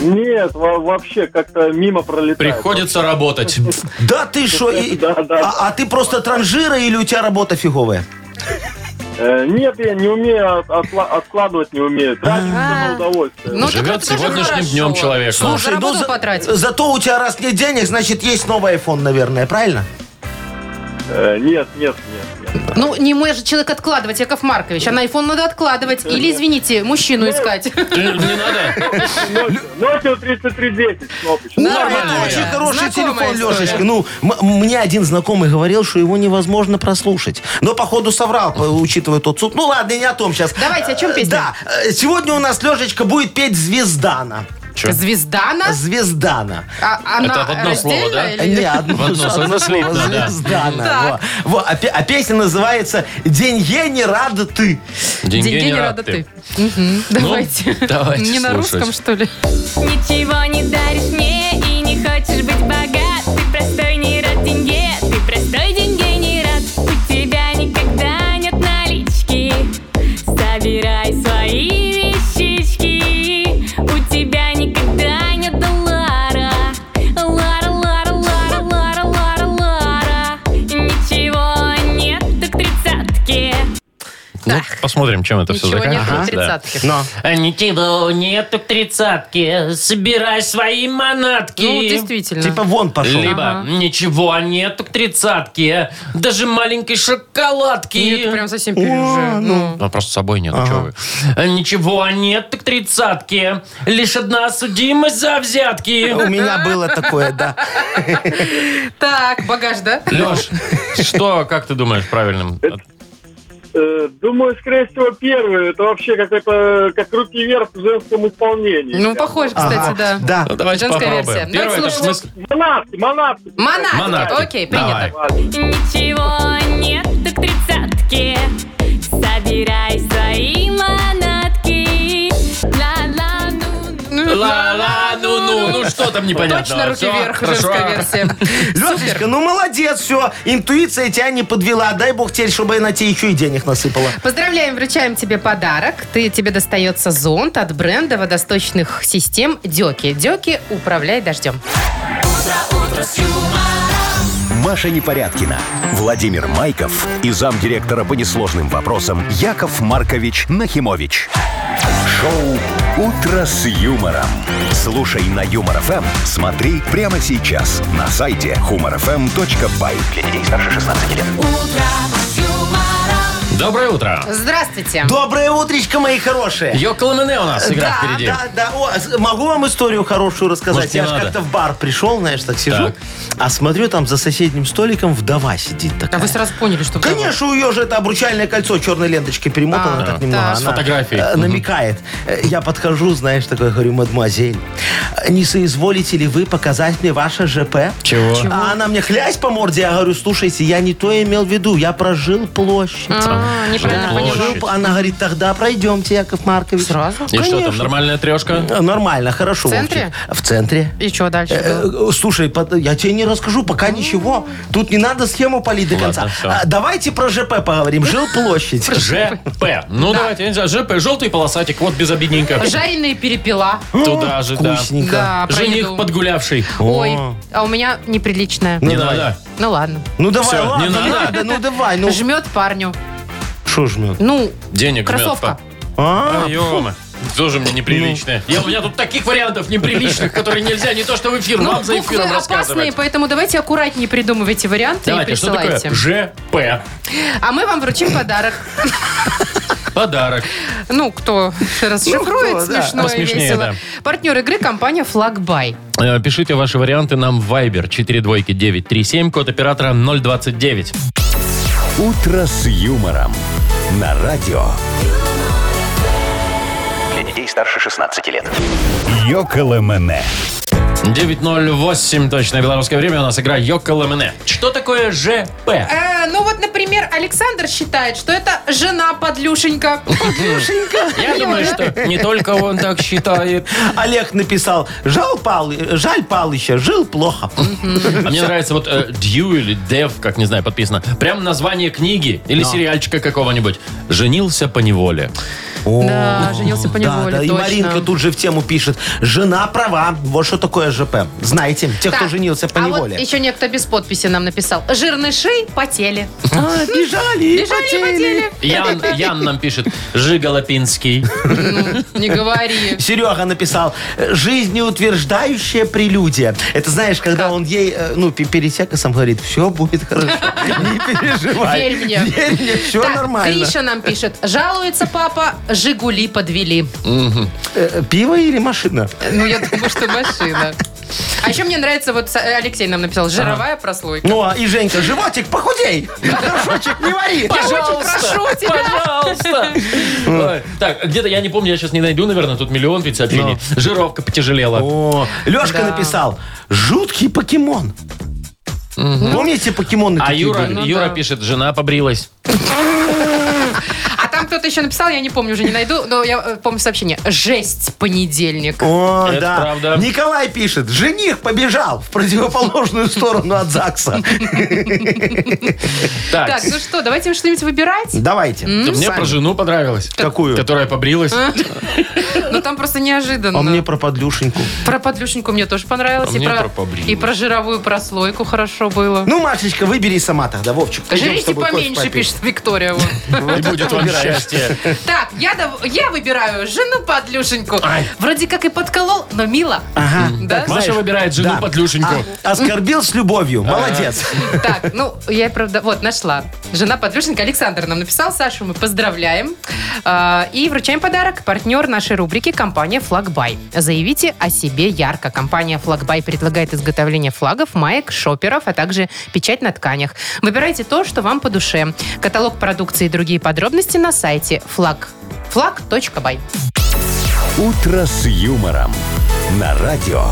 Нет, во- вообще как-то мимо пролетает.
Приходится работать.
Да ты что?
Да, да.
А а ты просто транжира или у тебя работа фиговая?
Э, Нет, я не умею от- отла- откладывать, не умею. Тратиться на удовольствие.
Ну, так
Живет
это тоже
сегодняшним
хорошо.
днем человек.
Слушай,
Ну,
заработал,
за-
потратил.
зато у тебя раз нет денег, значит, есть новый iPhone, наверное, правильно?
Э, Нет, нет, нет. нет.
Ну, не может человек откладывать, Яков Маркович. А на iPhone надо откладывать. Или, извините, мужчину искать.
Не надо.
Ночью- Ночью 3310 кнопочка.
Ой,
Нормально.
это очень хороший
Знакомая
телефон,
история.
Лешечка. Ну, м- мне один знакомый говорил, что его невозможно прослушать. Но, походу, соврал, по- учитывая тот суд. Ну, ладно, не о том сейчас.
Давайте, о чем песня?
Да, э, сегодня у нас Лешечка будет петь «Звездана».
Звездана.
«Звездана».
А, она
Это в одно слово,
раздельно
да?
или-
Не, одно,
В одно слово,
одно слово.
да, да.
«Звездана».
Так.
Во. Во, а, пе- а песня называется «Деньге не рада ты».
Деньги не рада ты. Мгм, Давайте.
давайте
Не на
слушать.
русском, что ли?
Ничего не даришь мне и не хочешь быть богат Ты простой не рад деньге, ты простой деньги не рад У тебя никогда нет налички Собирай свои вещички У тебя никогда нет доллара Лара, лара, лара, лара, лара, лара Ничего нет, так тридцатки
Ну, посмотрим, чем это все
Ничего нет
заканчивается.
в
да.
тридцатке.
Но.
А Ничего нету к тридцатке. Собирай свои манатки.
Ну, действительно.
Типа вон пошел.
Либо ничего нету к тридцатке. Даже маленькой шоколадки.
Нет, Ну, прям совсем переживаю. Ну.
Ну, просто с собой нет, чего вы. А Ничего нет к тридцатке. Лишь одна судимость за взятки.
У меня было такое, да.
Так, багаж, да?
Леш, что, как ты думаешь, правильным?
Э, Думаю, скорее всего, первый. Это вообще как это как руки вверх в женском исполнении.
Ну, похоже, кстати,
Ага,
да.
Да.
Давайте
Женская
попробуем.
версия.
Первое,
Давайте
это в
слушаем.
смысле-
Монатки, монатки.
Монатки.
Монатки.
Окей,
Давай.
принято.
Ничего нет, так тридцатки Собирай свои манатки Ла-ла, ну, ну.
Ла-ла, ну-ну, ну что там непонятно.
Точно руки вверх, женская версия.
Лешечка, ну молодец, все. Интуиция тебя не подвела. Дай бог теперь, чтобы она тебе еще и денег насыпала.
Поздравляем, вручаем тебе подарок. Ты, тебе достается зонт от бренда водосточных систем Дёки. Дёки, управляй дождем.
Маша Непорядкина, Владимир Майков и замдиректора по несложным вопросам Яков Маркович Нахимович. Шоу «Утро с юмором». Слушай на Юмор ФМ, смотри прямо сейчас на сайте humorfm.by. Для детей старше 16 лет.
Доброе утро.
Здравствуйте.
Доброе утречко, мои хорошие.
Йокол у нас игра
да,
впереди.
да, да. О, с- могу вам историю хорошую рассказать?
Может, не
Я ж
надо?
как-то в бар пришел, знаешь, так сижу,
Так.
а смотрю, там за соседним столиком вдова сидит такая.
А вы сразу поняли, что... вдова?
Конечно, у ее же это обручальное кольцо черной ленточкой перемотано
А,
так
да.
немного.
С
Она,
фотографией.
э,
Мгм.
Намекает. Э, Я подхожу, знаешь, такой, говорю, мадемуазель, не соизволите ли вы показать мне ваше ЖП?
Чего?
А она мне хлясь по морде, я говорю, слушайте, я не то имел в виду, я прожил площадь.
А, неправильно
Площадь.
поняла.
Жил- Она говорит, тогда пройдемте, Яков Маркович.
Сразу?
И что там,
Конечно.
нормальная трешка?
Э, Нормально, хорошо.
В центре?
Вовчик. В центре.
И что дальше?
Э,
было?
э, Слушай, под- я тебе не расскажу пока ничего. Тут не надо схему полить до
А. Ладно,
конца.
всё.
А, Давайте про ЖП поговорим. Жил площадь.
ЖП. Ну, давайте, я не знаю, ЖП, желтый полосатик, вот безобидненько.
Жареные перепела.
Туда же, да.
Вкусненько.
Да, А, про
Жених
еду.
подгулявший.
Ой, а у меня неприличная.
Ну,
Не
давай.
надо.
Ну ладно.
Ну давай,
Всё,
ладно,
не
не
надо.
надо, ну давай, ну
Жмет парню.
что жмет?
Ну,
Денег
кроссовка.
А,
Ё-моё. Тоже мне неприличное. Я, у меня тут таких вариантов неприличных, которые нельзя не то что в эфир,
Ну,
вам за
буквы
эфиром
опасные,
рассказывать.
поэтому давайте аккуратнее придумывайте варианты и
Давайте, что такое
присылайте.
ЖП?
А мы вам вручим подарок.
Подарок.
Ну, кто расшифрует,
кто, да.
смешно и
Посмешнее,
весело.
да.
Партнер игры компания «Флагбай».
Э, Пишите ваши варианты нам в Viber 42937, код оператора 029.
«Утро с юмором» на радио.
Для детей старше 16 лет.
Йоколэмэне.
9.08, точное белорусское время, у нас игра Йоколэмэне. Что такое ЖП?
Э, ну вот, например, Александр считает, что это жена подлюшенька.
Я думаю, что не только он так считает.
Олег написал, жал Пал, э, жаль Палыча, жил плохо.
А мне нравится вот э, Дью или Дев, как не знаю, подписано. Прям название книги или сериальчика какого-нибудь. «Женился по неволе».
Да, женился по
Да,
неволе,
да, и
точно.
Маринка тут же в тему пишет, жена права, вот что такое ЖП. Знаете, те, кто
Так,
женился по
а
неволе.
вот еще некто без подписи нам написал. Жирныши потели.
А, бежали,
Бежали, потели.
Ян, Ян нам пишет «Жиголопинский».
Не говори.
Серега написал, э, жизнеутверждающая прелюдия. Это знаешь, когда он ей, э, ну, пе- перед сексом говорит, все будет хорошо, не переживай.
Верь мне.
Верь мне, все
Так,
нормально.
Гриша нам пишет. Жалуется папа, Жигули подвели.
Э, Пиво или машина?
Ну, я думаю, что машина. А еще мне нравится, вот э, Алексей нам написал, жировая прослойка.
Ну, а и Женька, животик, похудей! Горшочек не вари!
прошу тебя.
Пожалуйста. Ой, Так, где-то, я не помню, я сейчас не найду, наверное, тут миллион ведь сообщений. Жировка потяжелела.
О, Лешка
Да.
написал, жуткий покемон. Помните покемоны
А
такие
Юра,
были?
Ну
Юра
да.
пишет, жена побрилась.
А там кто-то еще написал, я не помню, уже не найду, но я э, помню сообщение. Жесть, понедельник.
О,
Это
да.
правда.
Николай пишет, жених побежал в противоположную сторону от ЗАГСа.
Так,
Так, ну что, давайте что-нибудь выбирать?
Давайте.
мне
Сами.
про жену понравилось.
Какую?
Которая побрилась.
А? Ну, там просто неожиданно.
А мне про подлюшеньку.
Про подлюшеньку мне тоже понравилось.
А
и,
мне
про...
про побрилось.
и про жировую прослойку хорошо было.
Ну, Машечка, выбери сама тогда, Вовчик. пойдем с
Жрите
тобой кофе
поменьше,
попить.
пишет Виктория. вот.
И будет вам счастье.
Так, я, дав- я выбираю жену подлюшеньку. Вроде как и подколол, но мило.
Ага.
Да?
Маша выбирает жену
да.
подлюшеньку.
А, оскорбил с любовью. Молодец.
Так, ну, я правда... Вот, нашла. Жена подруженька Александр нам написал. Сашу мы поздравляем. А, И вручаем подарок. Партнер нашей рубрики – компания «Флагбай». Заявите о себе ярко. Компания «Флагбай» предлагает изготовление флагов, маек, шоперов, а также печать на тканях. Выбирайте то, что вам по душе. Каталог продукции и другие подробности на сайте флаг флаг.бай.
«Утро с юмором» на радио.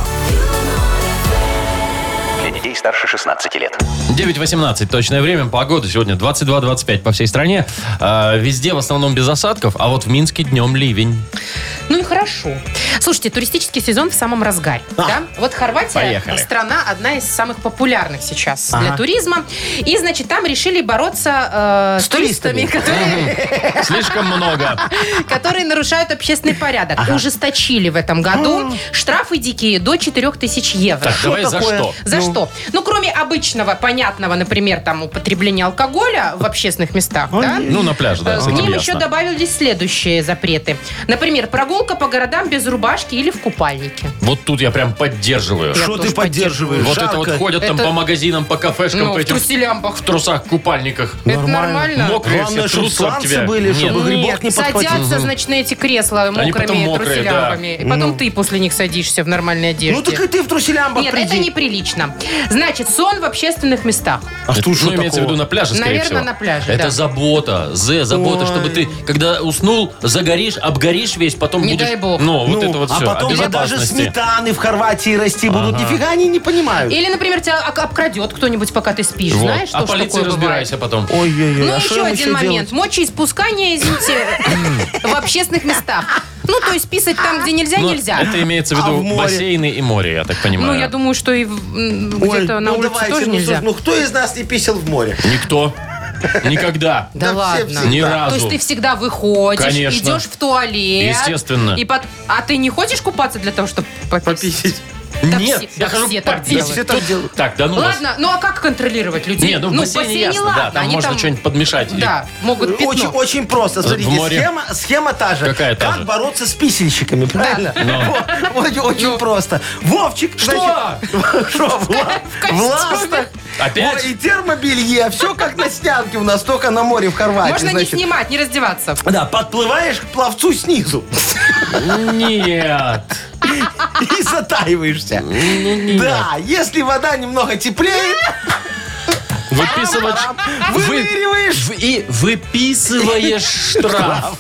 Для детей старше 16 лет.
9.18 точное время. Погода сегодня 22-25 по всей стране. А, везде в основном без осадков, а вот в Минске днем ливень.
Ну и хорошо. Слушайте, туристический сезон в самом разгаре. да? Вот Хорватия
Поехали.
страна одна из самых популярных сейчас для
Ага.
туризма. И, значит, там решили бороться э, с,
С
туристами,
туристами.
которые,
Слишком много.
которые нарушают общественный порядок. Ужесточили в этом году. Штрафы дикие до 4000 евро.
Так, давай за
такое?
что?
За что? Ну, кроме обычного, понятного, например, там, употребления алкоголя в общественных местах, да?
Ну, на пляже, да,
Э,
с
К
этим
ним еще
ясно.
добавились следующие запреты. Например, прогулка по городам без рубашки или в купальнике.
Вот тут я прям поддерживаю.
Я
Что ты
тоже
поддерживаешь?
Вот это
Жарко.
вот ходят там
Это-
по магазинам, по кафешкам,
Ну,
по
в
этим
труселямбах.
в трусах, купальниках.
Это
Нормально.
нормально?
Мокрые
Главное,
все
чтоб
трутся об
сланцы
тебя.
были,
Нет.
чтобы грибок не
Нет,
подхватил.
садятся, значит, на эти кресла
потом
мокрыми
мокрые,
труселямбами. И потом
Ну.
ты после них садишься в нормальной одежде.
Ну так и ты в труселямбах
Нет,
приди.
это неприлично. Значит, сон в общественных местах.
А что
ну,
ж такого?
имеется в виду на пляже, скорее
Наверное,
всего.
на пляже,
Это
да.
забота. З, забота, чтобы ты, когда уснул, загоришь, обгоришь весь, потом
Не
будешь...
дай бог.
Ну, вот
Ну,
это вот
а
все.
потом же даже сметаны в Хорватии расти будут.
Ага.
Нифига они не понимают.
Или, например, тебя ок- обкрадет кто-нибудь, пока ты спишь. Знаешь, что
а
ж такое
полиции
бывает?
разбирайся потом.
Ой-ой-ой,
Ну,
а что
еще
им
один момент.
делать?
Мочеиспускание, извините, в общественных местах. Ну, то есть писать там, где нельзя,
Ну,
нельзя.
Это имеется в
А
виду
в море?
бассейны и море, я так понимаю.
Ну, я думаю, что и в- м,
Ой,
где-то э, на
ну
улице
давайте,
тоже
ну,
нельзя.
слушай, Ну кто из нас не писал в море?
Никто. Никогда.
Да
Да все
ладно.
всегда.
Ни
То
разу.
есть ты всегда выходишь,
Конечно.
идешь в туалет.
Естественно.
И пот- А ты не хочешь купаться для того, чтобы пописать?
Пописать.
Да
Нет,
все-
я
да
хожу
все так
пописать.
делают.
Все так делают.
Так, да ну вас.
Ладно, ну а как контролировать людей?
Не, ну в бассейне ясно, да, там
они
можно что-нибудь подмешать.
Да, могут ну. пятно.
Очень, очень просто. Смотрите,
В море.
схема, схема та же.
Какая та
как
же? Ну.
бороться с писельщиками, правильно? Вот, Очень, очень
Ну.
просто. Вовчик,
Что?
значит, что, Вла-
костюме.
Власта,
Опять?
Ой, и термобелье, все как на снятке у нас, только на море в Хорватии.
Можно
значит.
не снимать, не раздеваться.
Да, подплываешь к пловцу снизу
Нет.
и затаиваешься.
Ну,
Да, если вода немного теплее,
Выписывать... Вы-
выныриваешь.
в- И выписываешь штраф.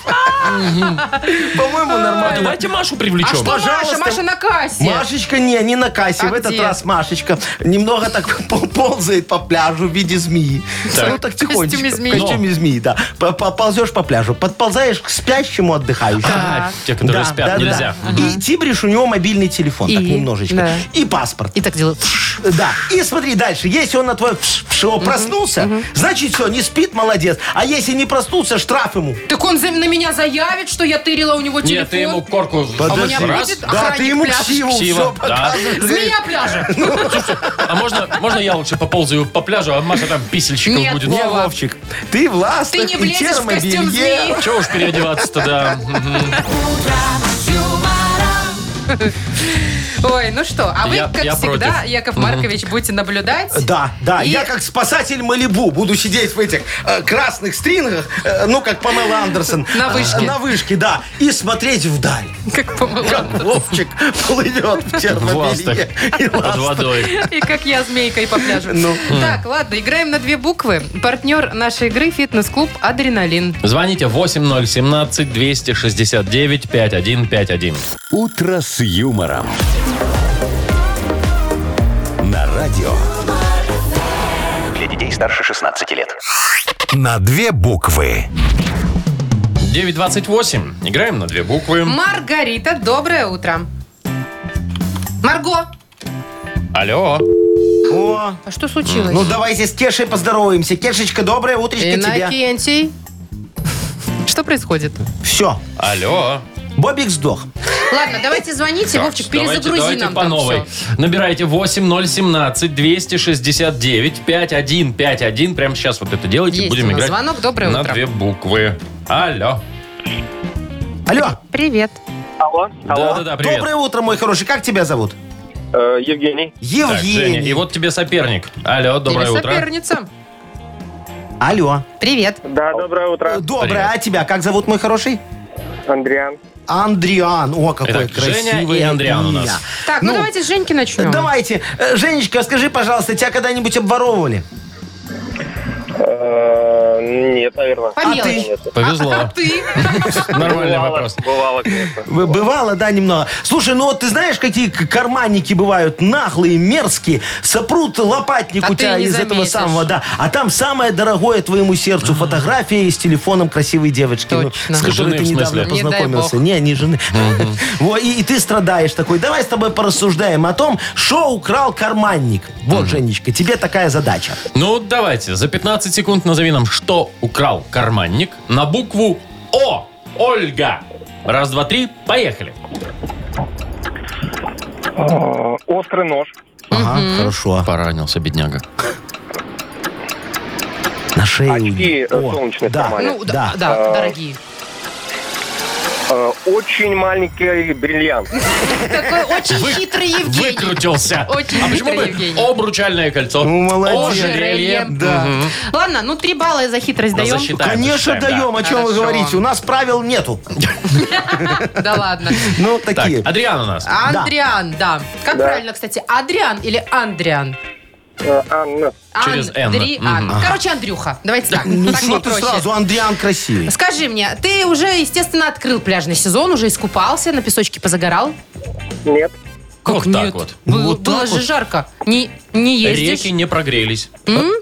По-моему,
А
нормально.
давайте Машу привлечем.
А что
пожалуйста.
Маша? Маша на кассе.
Машечка, не, не на
А
кассе. в этот
где?
раз Машечка немного так пол- ползает по пляжу в виде змеи.
Так.
Ну так тихонечко.
костюме змеи.
В костюме змеи, да. П- п- Ползешь по пляжу, подползаешь к спящему отдыхающему.
А, Те, которые
Да,
спят,
да,
нельзя.
да. И тибришь у него мобильный телефон, так
И?
немножечко.
Да.
И паспорт.
И так делают.
Да. И смотри дальше. Если он на твой вш- вш- о, проснулся, значит все, не спит, молодец. А если не проснулся, штраф ему.
Так он за- на меня заявит, что я тырила у него телефон.
Нет, ты ему корку
А у меня
раз.
будет
Да, ты
охранник
ему
пляжа.
ксиву
Ксива,
все
да.
показываешь.
Змея пляжа.
А можно, можно я лучше поползаю по пляжу, а Маша там писельщиком
Нет,
будет?
Вова.
Не, Вовчик, ты власть,
Ты не влезешь в костюм змеи.
Чего уж переодеваться-то, да.
Ой, ну что, а вы,
Я-
как
я
всегда,
против.
Яков Маркович, будете наблюдать?
Да, да,
И-
я как спасатель Малибу буду сидеть в этих э, красных стрингах, э, ну, как Памела Андерсон.
На
Э,
вышке.
на вышке, да, и смотреть вдаль.
Как помыла.
Как Вовчик плывет в
В ластах.
термобелье. и
Под
ласт-
водой.
И как я змейкой по пляжу.
Ну, Хм.
Так, ладно, играем на две буквы. Партнер нашей игры фитнес-клуб «Адреналин».
Звоните 8017-269-5151.
«Утро с юмором». На радио.
Для детей старше 16 лет.
На две буквы.
928. Играем на две буквы.
Маргарита, доброе утро. Марго,
Алло.
О,
а что случилось?
ну, давайте с Кешей поздороваемся. Кешечка, доброе утречко тебе.
Иннокентий. Что происходит?
Все,
Алло.
Бобик сдох.
Ладно, давайте звоните,
Так,
Вовчик,
давайте-
перезагрузи
давайте
нам
по
там
новой.
всё.
Набирайте 8017-269-5151. Прямо сейчас вот это делайте.
Есть
Будем
у нас
играть
звонок. Доброе
на
утро.
две буквы. Алло.
Алло,
Привет.
Алло,
Да-да-да, привет.
доброе утро, мой хороший. Как тебя зовут?
Э, Евгений.
Так, Женя, и
Евгений.
вот тебе соперник. Алло, доброе
Или
утро.
соперница.
Алло.
Привет.
Да, доброе утро,
Э, Доброе,
Привет.
а тебя как зовут, мой хороший?
Андриан.
Андриан. О, какой
Итак, Женя
красивый
и Андриан у нас.
имя.
Так, ну,
Ну,
давайте с Женьки начнем.
Давайте. Э, Женечка, скажи, пожалуйста, тебя когда-нибудь обворовывали?
Э, Нет, наверное.
По
А
мелочи.
ты?
А
Повезло.
ты?
Нормальный
Бывало,
вопрос.
Бывало, конечно.
Б- Бывало, да, немного. Слушай, ну вот ты знаешь, какие к- карманники бывают наглые, мерзкие, сопрут лопатник
А
у
ты
тебя
не
из этого
заметишь.
самого, да. А там самое дорогое твоему сердцу фотография с телефоном красивой девочки, ну,
Точно.
с которой
Жены,
ты
в
недавно
смысле?
Не дай
познакомился.
бог.
Не, не жены. Во, и, и ты страдаешь такой. Давай с тобой порассуждаем о том, что украл карманник. Вот, Женечка, тебе такая задача.
Ну, давайте, за 15 секунд назови нам, что украл карманник на букву О. Ольга. Раз, два, три, поехали.
Э, Острый нож.
Ага, хорошо.
Поранился, бедняга.
На шею.
Очки, э,
О,
солнечные
да,
снимали.
Ну, да.
да, дорогие.
Э, Очень маленький бриллиант.
Такой очень хитрый Евгений.
Выкрутился.
Очень
а почему
хитрый
бы
Евгений.
обручальное кольцо?
Ну, молодец.
Ожерелье.
Да.
Ладно, ну три балла за хитрость
Да,
даем.
засчитаем,
Конечно,
засчитаем, да.
даем, о чем вы
Хорошо.
говорите. У нас правил нету.
Да ладно.
Ну,
Так,
такие.
Адриан у
А,
нас.
Андриан, да. Как
Да.
правильно, кстати, Адриан или Андриан?
Э, Анна,
Через «Н».
Андриан. Короче, Андрюха. Давайте
а
так.
Ну,
Так
что
мне
ты
проще.
сразу, Андриан красивый.
Скажи мне, ты уже, естественно, открыл пляжный сезон, уже искупался, на песочке позагорал?
нет.
Вот так
нет?
вот.
Было,
Ну, вот
было
так
же
вот.
жарко. Не, не ездишь?
Реки не прогрелись.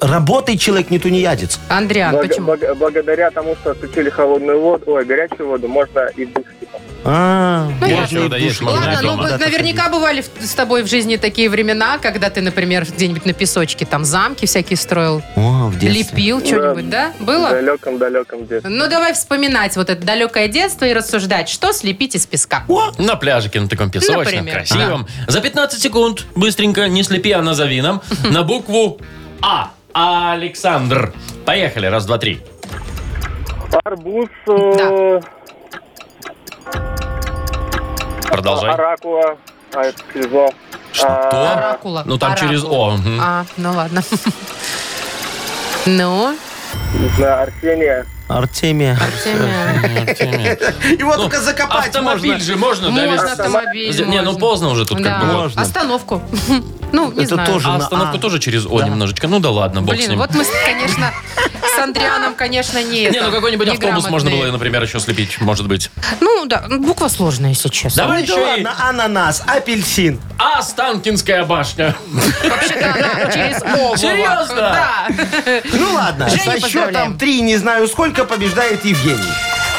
Работает человек, не тунеядец.
Андриан,
Благ-
почему?
благ- благодаря тому, что отключили холодную воду, ой, горячую воду, можно и типа, душ.
А,
Ну,
можно
ясно.
и
Да, есть,
душ.
можно
Ладно,
Ладно,
ну
дома.
вот наверняка бывали в- с тобой в жизни такие времена, когда ты, например, где-нибудь на песочке там замки всякие строил,
О, в детстве.
лепил что-нибудь, да?
В
Было?
далеком-далеком детстве.
Ну давай вспоминать вот это далекое детство и рассуждать, что слепить из песка.
На пляжике, на таком песочном,
Например.
красивом. За 15 секунд, быстренько, не слепи, а назови нам, на букву А. Александр. Поехали, раз, два, три.
Арбуз, э,
Продолжай.
Аракула, а, это А, слезо.
Что?
Оракула.
Ну, там
Оракула.
через О. мгм.
А, ну ладно. Ну,
Не знаю, Арсения.
Артемия.
А
Ну,
Артемия.
Его только закопать
Автомобиль
можно.
же можно, да?
Можно
ведь?
автомобиль.
Не, ну
можно.
поздно уже тут как
Да.
бы. вот.
Можно.
Остановку. Ну, не
Это
знаю.
тоже
А
на
остановку
А.
тоже через О немножечко. Ну да ладно, бог с
Блин,
ним.
вот мы, конечно, с Андрианом, конечно, не
Не, ну какой-нибудь автобус можно было,
неграмотные.
например, еще слепить, может быть.
Ну, да, ну, буква сложная, если честно.
Давай
Ну да
еще и
ладно, ананас, апельсин.
А Останкинская башня.
Вообще-то она через О была.
Серьезно?
Да.
Ну ладно,
Женю
со
поздравляем.
счетом 3, не знаю сколько, побеждает Евгений.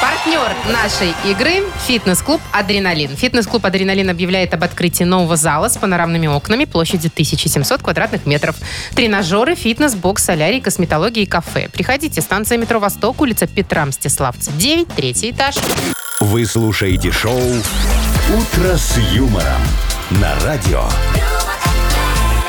Партнер нашей игры – фитнес-клуб «Адреналин». Фитнес-клуб «Адреналин» объявляет об открытии нового зала с панорамными окнами площадью 1700 квадратных метров. Тренажеры, фитнес, бокс, солярий, косметология и кафе. Приходите. Станция метро «Восток», улица Петра Мстиславца, 9, третий этаж.
Вы слушаете шоу «Утро с юмором» на радио.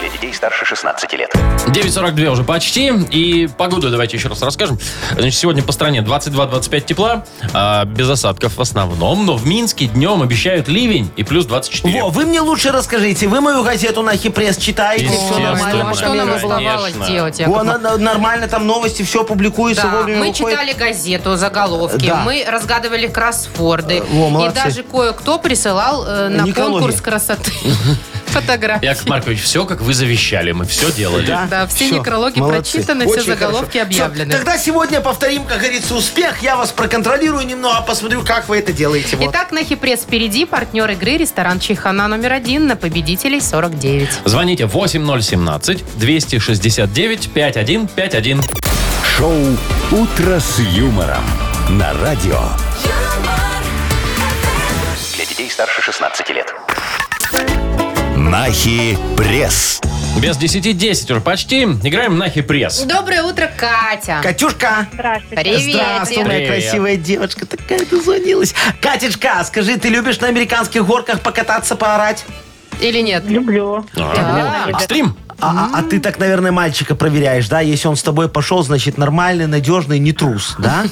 Для детей старше 16 лет.
9.42 уже почти. И погоду давайте еще раз расскажем. Значит, сегодня по стране 22-25 тепла, а, без осадков в основном. Но в Минске днем обещают ливень и плюс 24.
Во, вы мне лучше расскажите, вы мою газету на Хипресс читаете?
Естественно.
Всё
Нормально. А что нам
Конечно.
оставалось делать, Яков
Во, на- на- нормально, там новости, все публикуется,
Да,
вовремя
мы
выходит.
читали газету, заголовки,
Да.
мы разгадывали кроссворды.
О,
и
молодцы.
даже кое-кто присылал э, на
Никология.
конкурс красоты фотографии.
Яков Маркович, все как вы завещали, мы все делали.
Да, все
А, Всё,
некрологи
молодцы.
прочитаны, все
Очень
заголовки
хорошо.
объявлены.
Всё, тогда сегодня повторим, как говорится, успех. Я вас проконтролирую немного, посмотрю, как вы это делаете. Вот.
Итак, на Хипресс впереди партнер игры ресторан Чайхана номер один на победителей 49.
Звоните 8017-269-5151.
Шоу «Утро с юмором» на радио.
Для детей старше 16 лет.
Нахи пресс.
Без 10-10 уже почти. Играем на хипресс.
Доброе утро, Катя.
Катюшка,
Здравствуйте.
здравствуй,
Привет.
моя
Привет.
красивая девочка, такая дозвонилась. Катечка, скажи, ты любишь на американских горках покататься, поорать?
Или нет?
Люблю.
Да.
Экстрим?
А, а- а ты так, наверное, мальчика проверяешь, да? Если он с тобой пошел, значит, нормальный, надежный, не трус, да?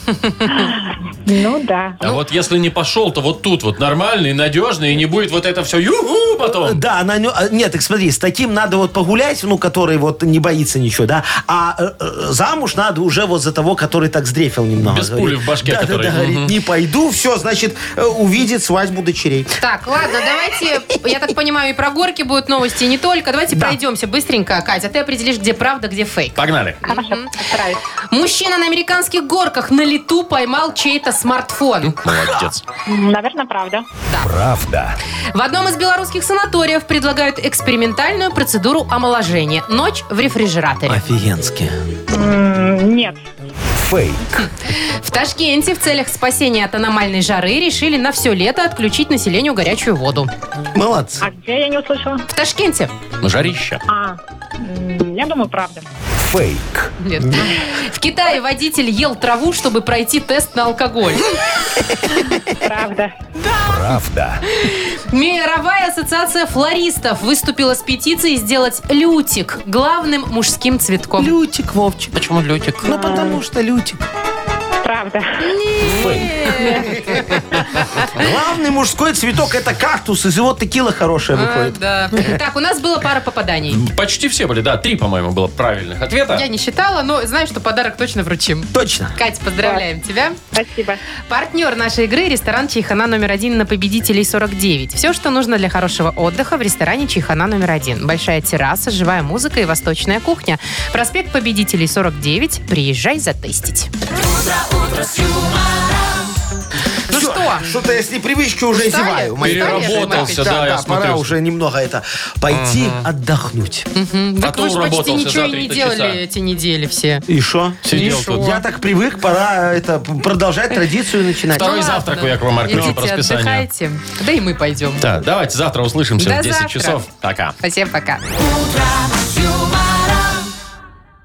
Ну да.
А вот если не пошел, то вот тут вот нормальный, надежный, и не будет вот это все юху потом.
Да, на нё- а, Нет, так смотри, с таким надо вот погулять, ну, который вот не боится ничего, да? А э, э, замуж надо уже вот за того, который так сдрефил немного.
Без
Говорит,
пули в башке,
Да, да,
который,
да, говорит, не пойду, все, значит, э, увидит свадьбу дочерей.
Так, ладно, давайте, я так понимаю, и про горки будут новости, и не только. Давайте пройдемся быстренько, Катя. Ты определишь, где правда, где фейк.
Погнали.
Хорошо, постараюсь.
Мужчина на американских горках на лету поймал чей-то смартфон.
Молодец.
Наверное, правда.
Правда.
В одном из белорусских санаториев предлагают экспериментальную процедуру омоложения. Ночь в рефрижераторе.
Офигенски.
М, Нет.
Фейк.
В Ташкенте в целях спасения от аномальной жары решили на все лето отключить населению горячую воду.
Молодцы.
А где я не услышала?
В Ташкенте.
Жарища.
А, м, я думаю, правда.
Фейк.
Лет. В Китае водитель ел траву, чтобы пройти тест на алкоголь.
правда.
Правда.
Мировая ассоциация флористов выступила с петицией сделать лютик главным мужским цветком.
Лютик, Вовчик.
Почему лютик?
Ну, потому что Лютик.
Правда.
Главный мужской цветок это кактус. Из его текила хорошая
А,
выходит.
да. Так, у нас было пара попаданий.
Почти все были, да. Три, по-моему, было правильных ответа.
Я не считала, но знаю, что подарок точно вручим.
Точно.
Кать, поздравляем тебя.
Спасибо.
Партнер нашей игры – ресторан «Чайхана номер один» на «Победителей 49». Все, что нужно для хорошего отдыха в ресторане «Чайхана номер один». Большая терраса, живая музыка и восточная кухня. Проспект «Победителей 49». Приезжай затестить. Ну
Всё,
что?
Что-то я с непривычки уже
Устали?
зеваю. мои
Устали,
дорогие.
Переработался,
Да,
да, я
да, пора
смотрю.
уже немного это пойти отдохнуть.
Вы,
А то
вы ж почти
уработался
ничего
за
и не
три-то
делали
часа.
эти недели все.
И что?
Сидел
И
тут.
Я так привык, пора это продолжать традицию и начинать.
Второй
Ну ладно.
завтрак у Якова Марковича по
Идите,
расписанию.
отдыхайте. Да и мы пойдем.
Да, давайте завтра услышимся
До
в 10
завтра.
часов. Пока.
Всем пока.
Юмор.